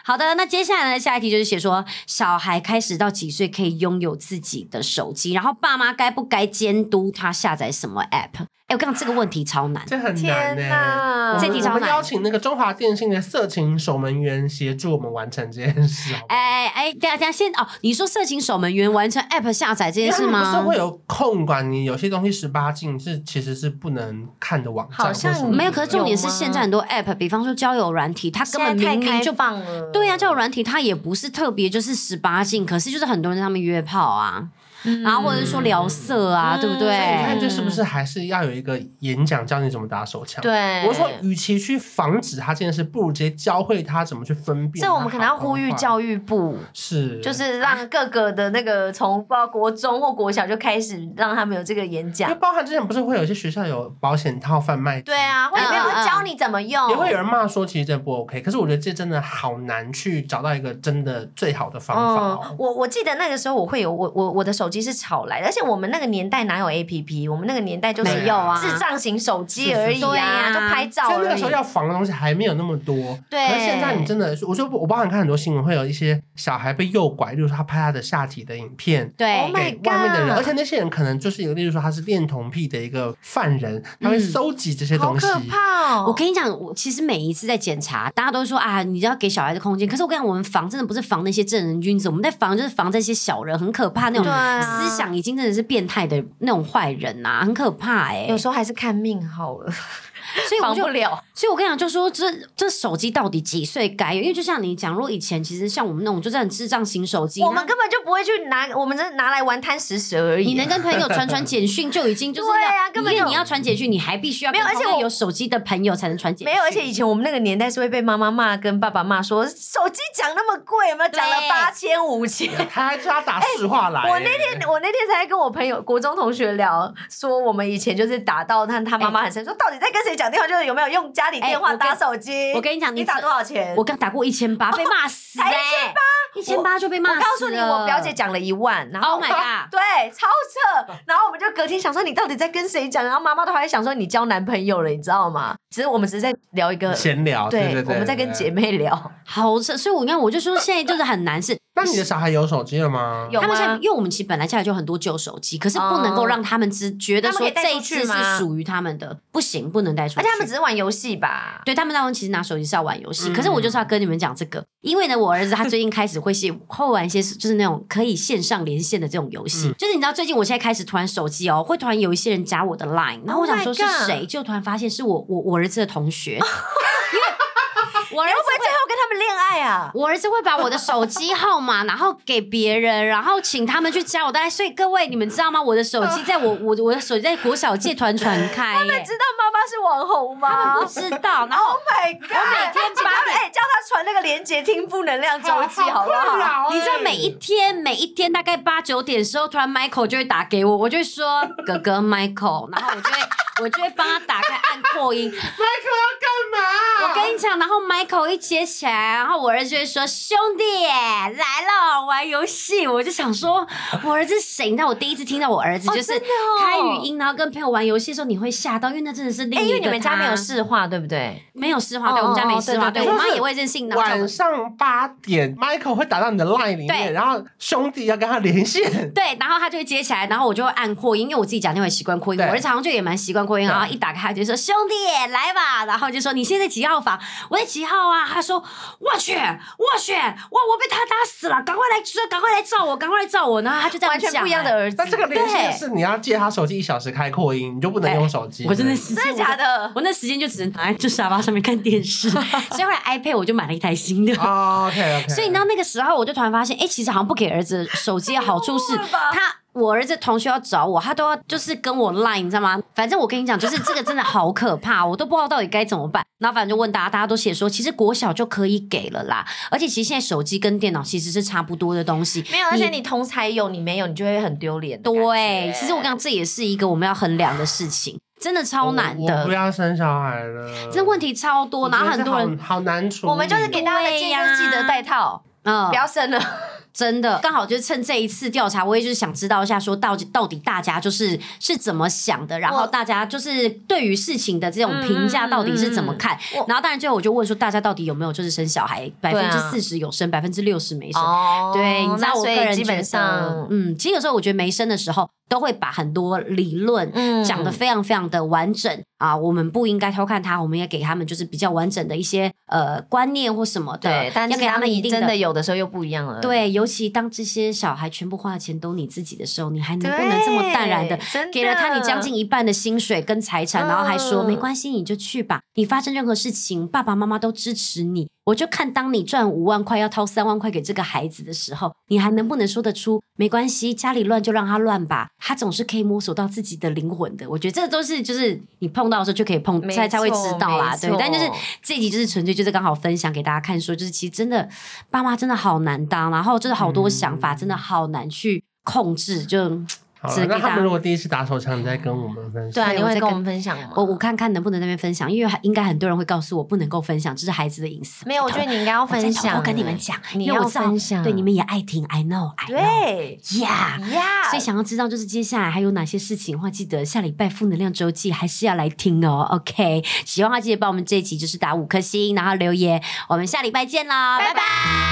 [SPEAKER 1] 好的，那接下来呢，下一题就是写说，小孩开始到几岁可以拥有自己的手机，然后爸妈该不该监督他下载什么 app？哎，我刚刚这个问题超难。
[SPEAKER 3] 这很难欸
[SPEAKER 2] 天
[SPEAKER 3] 呢、
[SPEAKER 2] 哪
[SPEAKER 3] 我们
[SPEAKER 1] 这题超
[SPEAKER 3] 我们
[SPEAKER 1] 难
[SPEAKER 3] 邀请那个中华电信的色情守门员协助我们完成这件事，好不好
[SPEAKER 1] 哎哎哎，等一下等一下先哦，你说色情守门员完成 app 下载这
[SPEAKER 3] 因
[SPEAKER 1] 件
[SPEAKER 3] 为他
[SPEAKER 1] 事
[SPEAKER 3] 们
[SPEAKER 1] 吗？
[SPEAKER 3] 不是会有控管你有些东西十八禁是其实是不能看的网站，
[SPEAKER 2] 好像
[SPEAKER 3] 或什么
[SPEAKER 1] 没有，可是重点
[SPEAKER 2] 有
[SPEAKER 1] 是
[SPEAKER 2] 吗
[SPEAKER 1] 现在很多 app，比方说交友软体，它根本
[SPEAKER 2] 现在
[SPEAKER 1] 明
[SPEAKER 2] 太
[SPEAKER 1] 明
[SPEAKER 2] 开
[SPEAKER 1] 就
[SPEAKER 2] 放了，
[SPEAKER 3] 啊
[SPEAKER 1] 对呀、啊交友软体它也不是特别就是十八禁，可是就是很多人在上面约炮啊，
[SPEAKER 2] 嗯
[SPEAKER 1] 然后或者是说聊色啊，
[SPEAKER 2] 嗯
[SPEAKER 1] 对不
[SPEAKER 3] 你看
[SPEAKER 1] 对？
[SPEAKER 3] 这是不是还是要有一个演讲教你怎么打手枪？，
[SPEAKER 2] 对，
[SPEAKER 3] 我说与其去防止他这件事，不如直接教会他怎么去分辨。
[SPEAKER 2] 这我们可能要呼吁
[SPEAKER 3] 育
[SPEAKER 2] 教育部，
[SPEAKER 3] 是
[SPEAKER 2] 就是让各个的那个从不知道国中或国小就开始让他们有这个演
[SPEAKER 3] 因为
[SPEAKER 2] 讲。
[SPEAKER 3] 包含之前不是会有一些学校有保险套贩卖，
[SPEAKER 2] 对哦啊，会有人
[SPEAKER 1] 嗯嗯
[SPEAKER 2] 会教你怎么用，
[SPEAKER 3] 也会有人骂说其实这不 OK，可是我觉得这真的好难去找到一个真的最好的方法
[SPEAKER 2] 嗯
[SPEAKER 3] 哦。、
[SPEAKER 2] 我我记得那个时候我会有我我我的手机是炒来的，而且我们那个年代哪有 A P P，我们那个年代就是
[SPEAKER 3] 没有啊
[SPEAKER 2] 智障型手机
[SPEAKER 3] 是是
[SPEAKER 2] 而已
[SPEAKER 1] 是对
[SPEAKER 2] 啊，
[SPEAKER 1] 啊
[SPEAKER 2] 就拍照
[SPEAKER 3] 所以那
[SPEAKER 2] 而
[SPEAKER 3] 个
[SPEAKER 2] 已
[SPEAKER 3] 时候。要防的东西还没有那么多，
[SPEAKER 2] 对
[SPEAKER 3] 可是现在你真的，我就我包含看很多新闻，会有一些小孩被诱拐，例如说他拍他的下体的影片。
[SPEAKER 1] 对
[SPEAKER 2] Oh my
[SPEAKER 3] 给外面的人，
[SPEAKER 2] God
[SPEAKER 3] 而且那些人可能就是有，例如说他是恋童癖的一个犯人，他会搜集这些
[SPEAKER 2] 嗯好
[SPEAKER 3] 东西。
[SPEAKER 2] 可怕哦！
[SPEAKER 1] 我跟你讲，我其实每一次在检查，大家都说啊，你要给小孩的空间。可是我跟你讲，我们防真的不是防那些正人君子，我们在防就是防这些小人，很可怕那种
[SPEAKER 2] 对啊
[SPEAKER 1] 思想已经真的是变态的那种坏人呐、很可怕哎、
[SPEAKER 2] 有时候还是看命好了，
[SPEAKER 1] 所以我
[SPEAKER 2] 防
[SPEAKER 1] 就
[SPEAKER 2] 不了。
[SPEAKER 1] 所以我跟你讲，就说这这手机到底几岁该有？因为就像你讲，如果以前其实像我们那种就是很智障型手机，
[SPEAKER 2] 我们根本就不会去拿，我们只是拿来玩贪食蛇而已。啊
[SPEAKER 1] 你能跟朋友传传简讯就已经就是
[SPEAKER 2] 哎对啊
[SPEAKER 1] 呀，
[SPEAKER 2] 根本就
[SPEAKER 1] 因为你要传简讯，你还必须要
[SPEAKER 2] 没有
[SPEAKER 1] 跟
[SPEAKER 2] 而且
[SPEAKER 1] 旁边
[SPEAKER 2] 我
[SPEAKER 1] 有手机的朋友才能传简讯，
[SPEAKER 2] 没有，而且以前我们那个年代是会被妈妈骂、跟爸爸骂说手机讲那么贵，有没有讲了
[SPEAKER 1] 对
[SPEAKER 2] 八千、五 千？
[SPEAKER 3] 他还叫他打市话来、
[SPEAKER 2] 哎我那天我那天才跟我朋友国中同学聊，说我们以前就是打到他他妈妈很生气，说到底在跟谁讲电话，就是有没有用家里电话
[SPEAKER 1] 哎我跟
[SPEAKER 2] 打手机？
[SPEAKER 1] 我跟你讲你
[SPEAKER 2] 你打多少钱？
[SPEAKER 1] 我刚打过一千
[SPEAKER 2] 哦
[SPEAKER 1] 八，被骂死哎，一千八就被骂
[SPEAKER 2] 我
[SPEAKER 1] 死了。
[SPEAKER 2] 告诉你，我表姐讲了一万，然后
[SPEAKER 1] Oh my god
[SPEAKER 2] 对，超扯。然后我们就隔天想说，你到底在跟谁讲？然后妈妈都还想说你交男朋友了，你知道吗？只是我们只是在聊一个，
[SPEAKER 3] 嗯闲聊，对
[SPEAKER 2] 对，
[SPEAKER 3] 对对，
[SPEAKER 2] 我们在跟姐
[SPEAKER 3] 妹。
[SPEAKER 2] 妹聊。
[SPEAKER 1] 好扯，所以我你看，我就说现在就是很难是。
[SPEAKER 3] 那你的小孩有手机了吗？
[SPEAKER 2] 有
[SPEAKER 1] 他们现在，
[SPEAKER 2] 吗
[SPEAKER 1] 因？为我们其实本来家里就很多旧手机，可是不能够
[SPEAKER 2] 哦
[SPEAKER 1] 让他们只觉得
[SPEAKER 2] 他
[SPEAKER 1] 说
[SPEAKER 2] 们可以带
[SPEAKER 1] 这一
[SPEAKER 2] 出去
[SPEAKER 1] 次是
[SPEAKER 2] 吗
[SPEAKER 1] 属于他们的，不行，不能带出去。
[SPEAKER 2] 而且他们只是玩游戏吧？
[SPEAKER 1] 对他们当中其实拿手机是要玩游戏，
[SPEAKER 3] 嗯
[SPEAKER 1] 可是我就是要跟你们讲这个，因为呢，我儿子他最近开始会写会玩一些就是那种可以线上连线的这种游戏，
[SPEAKER 3] 嗯
[SPEAKER 1] 就是你知道最近我现在开始突然手机哦，会突然有一些人加我的 Line，然后我
[SPEAKER 2] Oh
[SPEAKER 1] 想
[SPEAKER 2] my
[SPEAKER 1] 说是
[SPEAKER 2] God 哦
[SPEAKER 1] 谁，就突然发现是我我我儿子的同学，因为我儿
[SPEAKER 2] 你
[SPEAKER 1] 子
[SPEAKER 2] 会不会最后跟他们恋爱啊？
[SPEAKER 1] 我儿子会把我的手机号码，然后给别人，然后请他们去加我的 Line。所以各位，你们知道吗？我的手机在我我我的手机在国小界团传 开、耶
[SPEAKER 2] 知道妈妈是网红吗？
[SPEAKER 1] 不知道。然后
[SPEAKER 2] Oh my god！我
[SPEAKER 1] 每天八点
[SPEAKER 2] 哎，叫他传那个链接听负能量周记，哎好不
[SPEAKER 3] 困
[SPEAKER 2] 好？
[SPEAKER 3] 扰欸
[SPEAKER 1] 你知道每一天每一天大概八九点的时候，突然 Michael 就会打给我，我就会说哥哥 Michael，然后我就会 我就会帮他打开按扩音。我
[SPEAKER 3] Michael 要干嘛？
[SPEAKER 1] 跟你讲，然后 Michael 一接起来，然后我儿子就会说兄弟来了玩游戏，我就想说我儿子谁？你知道我第一次听到我儿子就是
[SPEAKER 2] 真的哦
[SPEAKER 1] 开语音，然后跟朋友玩游戏的时候，你会吓到，因为那真的是另
[SPEAKER 2] 哎，
[SPEAKER 1] 一个
[SPEAKER 2] 因为你们家
[SPEAKER 1] 他
[SPEAKER 2] 没有市话，对不对？
[SPEAKER 1] 没有湿滑，对
[SPEAKER 2] 哦
[SPEAKER 1] 我们家没
[SPEAKER 2] 哦
[SPEAKER 1] 湿滑，
[SPEAKER 2] 对
[SPEAKER 1] 对
[SPEAKER 2] 对
[SPEAKER 1] 我
[SPEAKER 3] 对
[SPEAKER 1] 妈
[SPEAKER 3] 就是
[SPEAKER 1] 也会任性，然后叫我
[SPEAKER 3] 晚上八点，Michael 会打到你的 line 里面，
[SPEAKER 1] 对
[SPEAKER 3] 然后兄弟要跟他 连线。
[SPEAKER 1] 对，然后他就会接起来，然后我就会按扩音，因为我自己讲电话也习惯扩音，
[SPEAKER 3] 对
[SPEAKER 1] 我儿子好像就也蛮习惯扩音。
[SPEAKER 3] 对
[SPEAKER 1] 然后一打开他就说：“兄弟，哎来吧。”然后就说：“你现在几号房？我在几号啊？”他说：“我去，我去，哇，我被他打死了，赶快来追，赶快来照我，赶快来照我。”然后他就这样
[SPEAKER 2] 完全
[SPEAKER 1] 讲
[SPEAKER 2] 不一样的。儿子，
[SPEAKER 3] 但这个连线
[SPEAKER 1] 对
[SPEAKER 3] 是你要借他手机一小时开扩音，你就不能用手机。
[SPEAKER 1] 哎我真的
[SPEAKER 3] 对
[SPEAKER 1] 是
[SPEAKER 2] 真的假的？
[SPEAKER 1] 我那时间就只能躺在就沙发上面看电 视，所以后来 iPad 我就买了一台新的。
[SPEAKER 3] 哦 OK OK，
[SPEAKER 1] 所以你知道那个时候，我就突然发现，哎、其实好像不给儿子手机的好处是
[SPEAKER 2] 太弱了吧
[SPEAKER 1] 他。我儿子同学要找我，他都要就是跟我 line，你知道吗？反正我跟你讲，就是这个真的好可怕，我都不知道到底该怎么办。然后反正就问大家，大家都写说，其实国小就可以给了啦，而且其实现在手机跟电脑其实是差不多的东西。
[SPEAKER 2] 没有，而且你同才有，你没有，你就会很丢脸。
[SPEAKER 1] 对，其实我，讲这也是一个我们要衡量的事情，真的超难
[SPEAKER 3] 哦我不
[SPEAKER 1] 的，
[SPEAKER 3] 要生小孩了，
[SPEAKER 1] 这问题超多，然后很多人，
[SPEAKER 3] 好好难处理哦。
[SPEAKER 2] 我们就是给大家的建议，就是记得戴套，
[SPEAKER 1] 嗯
[SPEAKER 2] 不，要生了。
[SPEAKER 1] 真的，刚好就是趁这一次调查，我也就是想知道一下，说到底到底大家就是是怎么想的，然后大家就是对于事情的这种评价到底是怎么看。
[SPEAKER 2] 嗯嗯嗯我
[SPEAKER 1] 然后当然最后我就问说，大家到底有没有就是生小孩，百
[SPEAKER 2] 对
[SPEAKER 1] 分之
[SPEAKER 2] 啊
[SPEAKER 1] 四十有生，百分之六十没生。
[SPEAKER 2] 哦
[SPEAKER 1] 对，你知道我个人
[SPEAKER 2] 基
[SPEAKER 1] 觉
[SPEAKER 2] 本
[SPEAKER 1] 得
[SPEAKER 2] 上，，
[SPEAKER 1] 嗯，其实有时候我觉得没生的时候，都会把很多理论
[SPEAKER 2] 嗯
[SPEAKER 1] 讲的非常非常的完整啊，我们不应该偷看他，我们也给他们就是比较完整的一些呃观念或什么的，
[SPEAKER 2] 对，但
[SPEAKER 1] 要
[SPEAKER 2] 是
[SPEAKER 1] 给他们一
[SPEAKER 2] 你
[SPEAKER 1] 定
[SPEAKER 2] 真的有的时候又不一样了。
[SPEAKER 1] 对，尤其当这些小孩全部花的钱都你自己的时候，你还
[SPEAKER 2] 对，
[SPEAKER 1] 能不能这么淡然的
[SPEAKER 2] 真的
[SPEAKER 1] 给了他你将近一半的薪水跟财产，然后还说
[SPEAKER 2] 嗯
[SPEAKER 1] 没关系，你就去吧，你发生任何事情，爸爸妈妈都支持你。我就看当你赚五万块要掏三万块给这个孩子的时候，你还能不能说得出没关系，家里乱就让他乱吧，他总是可以摸索到自己的灵魂的。我觉得这都是就是你碰到的时候就可以碰，
[SPEAKER 2] 没
[SPEAKER 1] 才才会知
[SPEAKER 2] 错
[SPEAKER 1] 道啦
[SPEAKER 2] 没。
[SPEAKER 1] 对，但就是
[SPEAKER 2] 错
[SPEAKER 1] 这一集就是纯粹就是刚好分享给大家看，说就是其实真的爸妈真的好难当，然后就是好多想法真的好难去控制，就。
[SPEAKER 3] 好
[SPEAKER 1] 只
[SPEAKER 3] 了，
[SPEAKER 1] 能
[SPEAKER 3] 那
[SPEAKER 1] 给
[SPEAKER 3] 他
[SPEAKER 1] 大家
[SPEAKER 3] 们如果第一次打手枪，你再跟我们分
[SPEAKER 2] 对
[SPEAKER 3] 享。
[SPEAKER 2] 啊，
[SPEAKER 1] 对
[SPEAKER 2] 你
[SPEAKER 1] 我
[SPEAKER 2] 会
[SPEAKER 1] 在
[SPEAKER 2] 跟我
[SPEAKER 1] 跟
[SPEAKER 2] 们分享吗？
[SPEAKER 1] 我我看看能不能在那边分享，因为应该很多人会告诉我不能够分享，这是孩子的隐私。
[SPEAKER 2] 没有，我觉得你应该要
[SPEAKER 1] 我在
[SPEAKER 2] 分
[SPEAKER 1] 偷偷
[SPEAKER 2] 享欸，
[SPEAKER 1] 跟你们讲，
[SPEAKER 2] 你
[SPEAKER 1] 因为
[SPEAKER 2] 要
[SPEAKER 1] 我知道
[SPEAKER 2] 分享，
[SPEAKER 1] 对你们也爱听，I know，I know，yeah。
[SPEAKER 2] 对
[SPEAKER 1] Yeah
[SPEAKER 2] 呀，
[SPEAKER 1] 所以想要知道就是接下来还有哪些事情的话，记得下礼拜负能量周记还是要来听哦。OK，喜欢的话记得帮我们这一集就是打五颗星，然后留言，我们下礼拜见啦，拜拜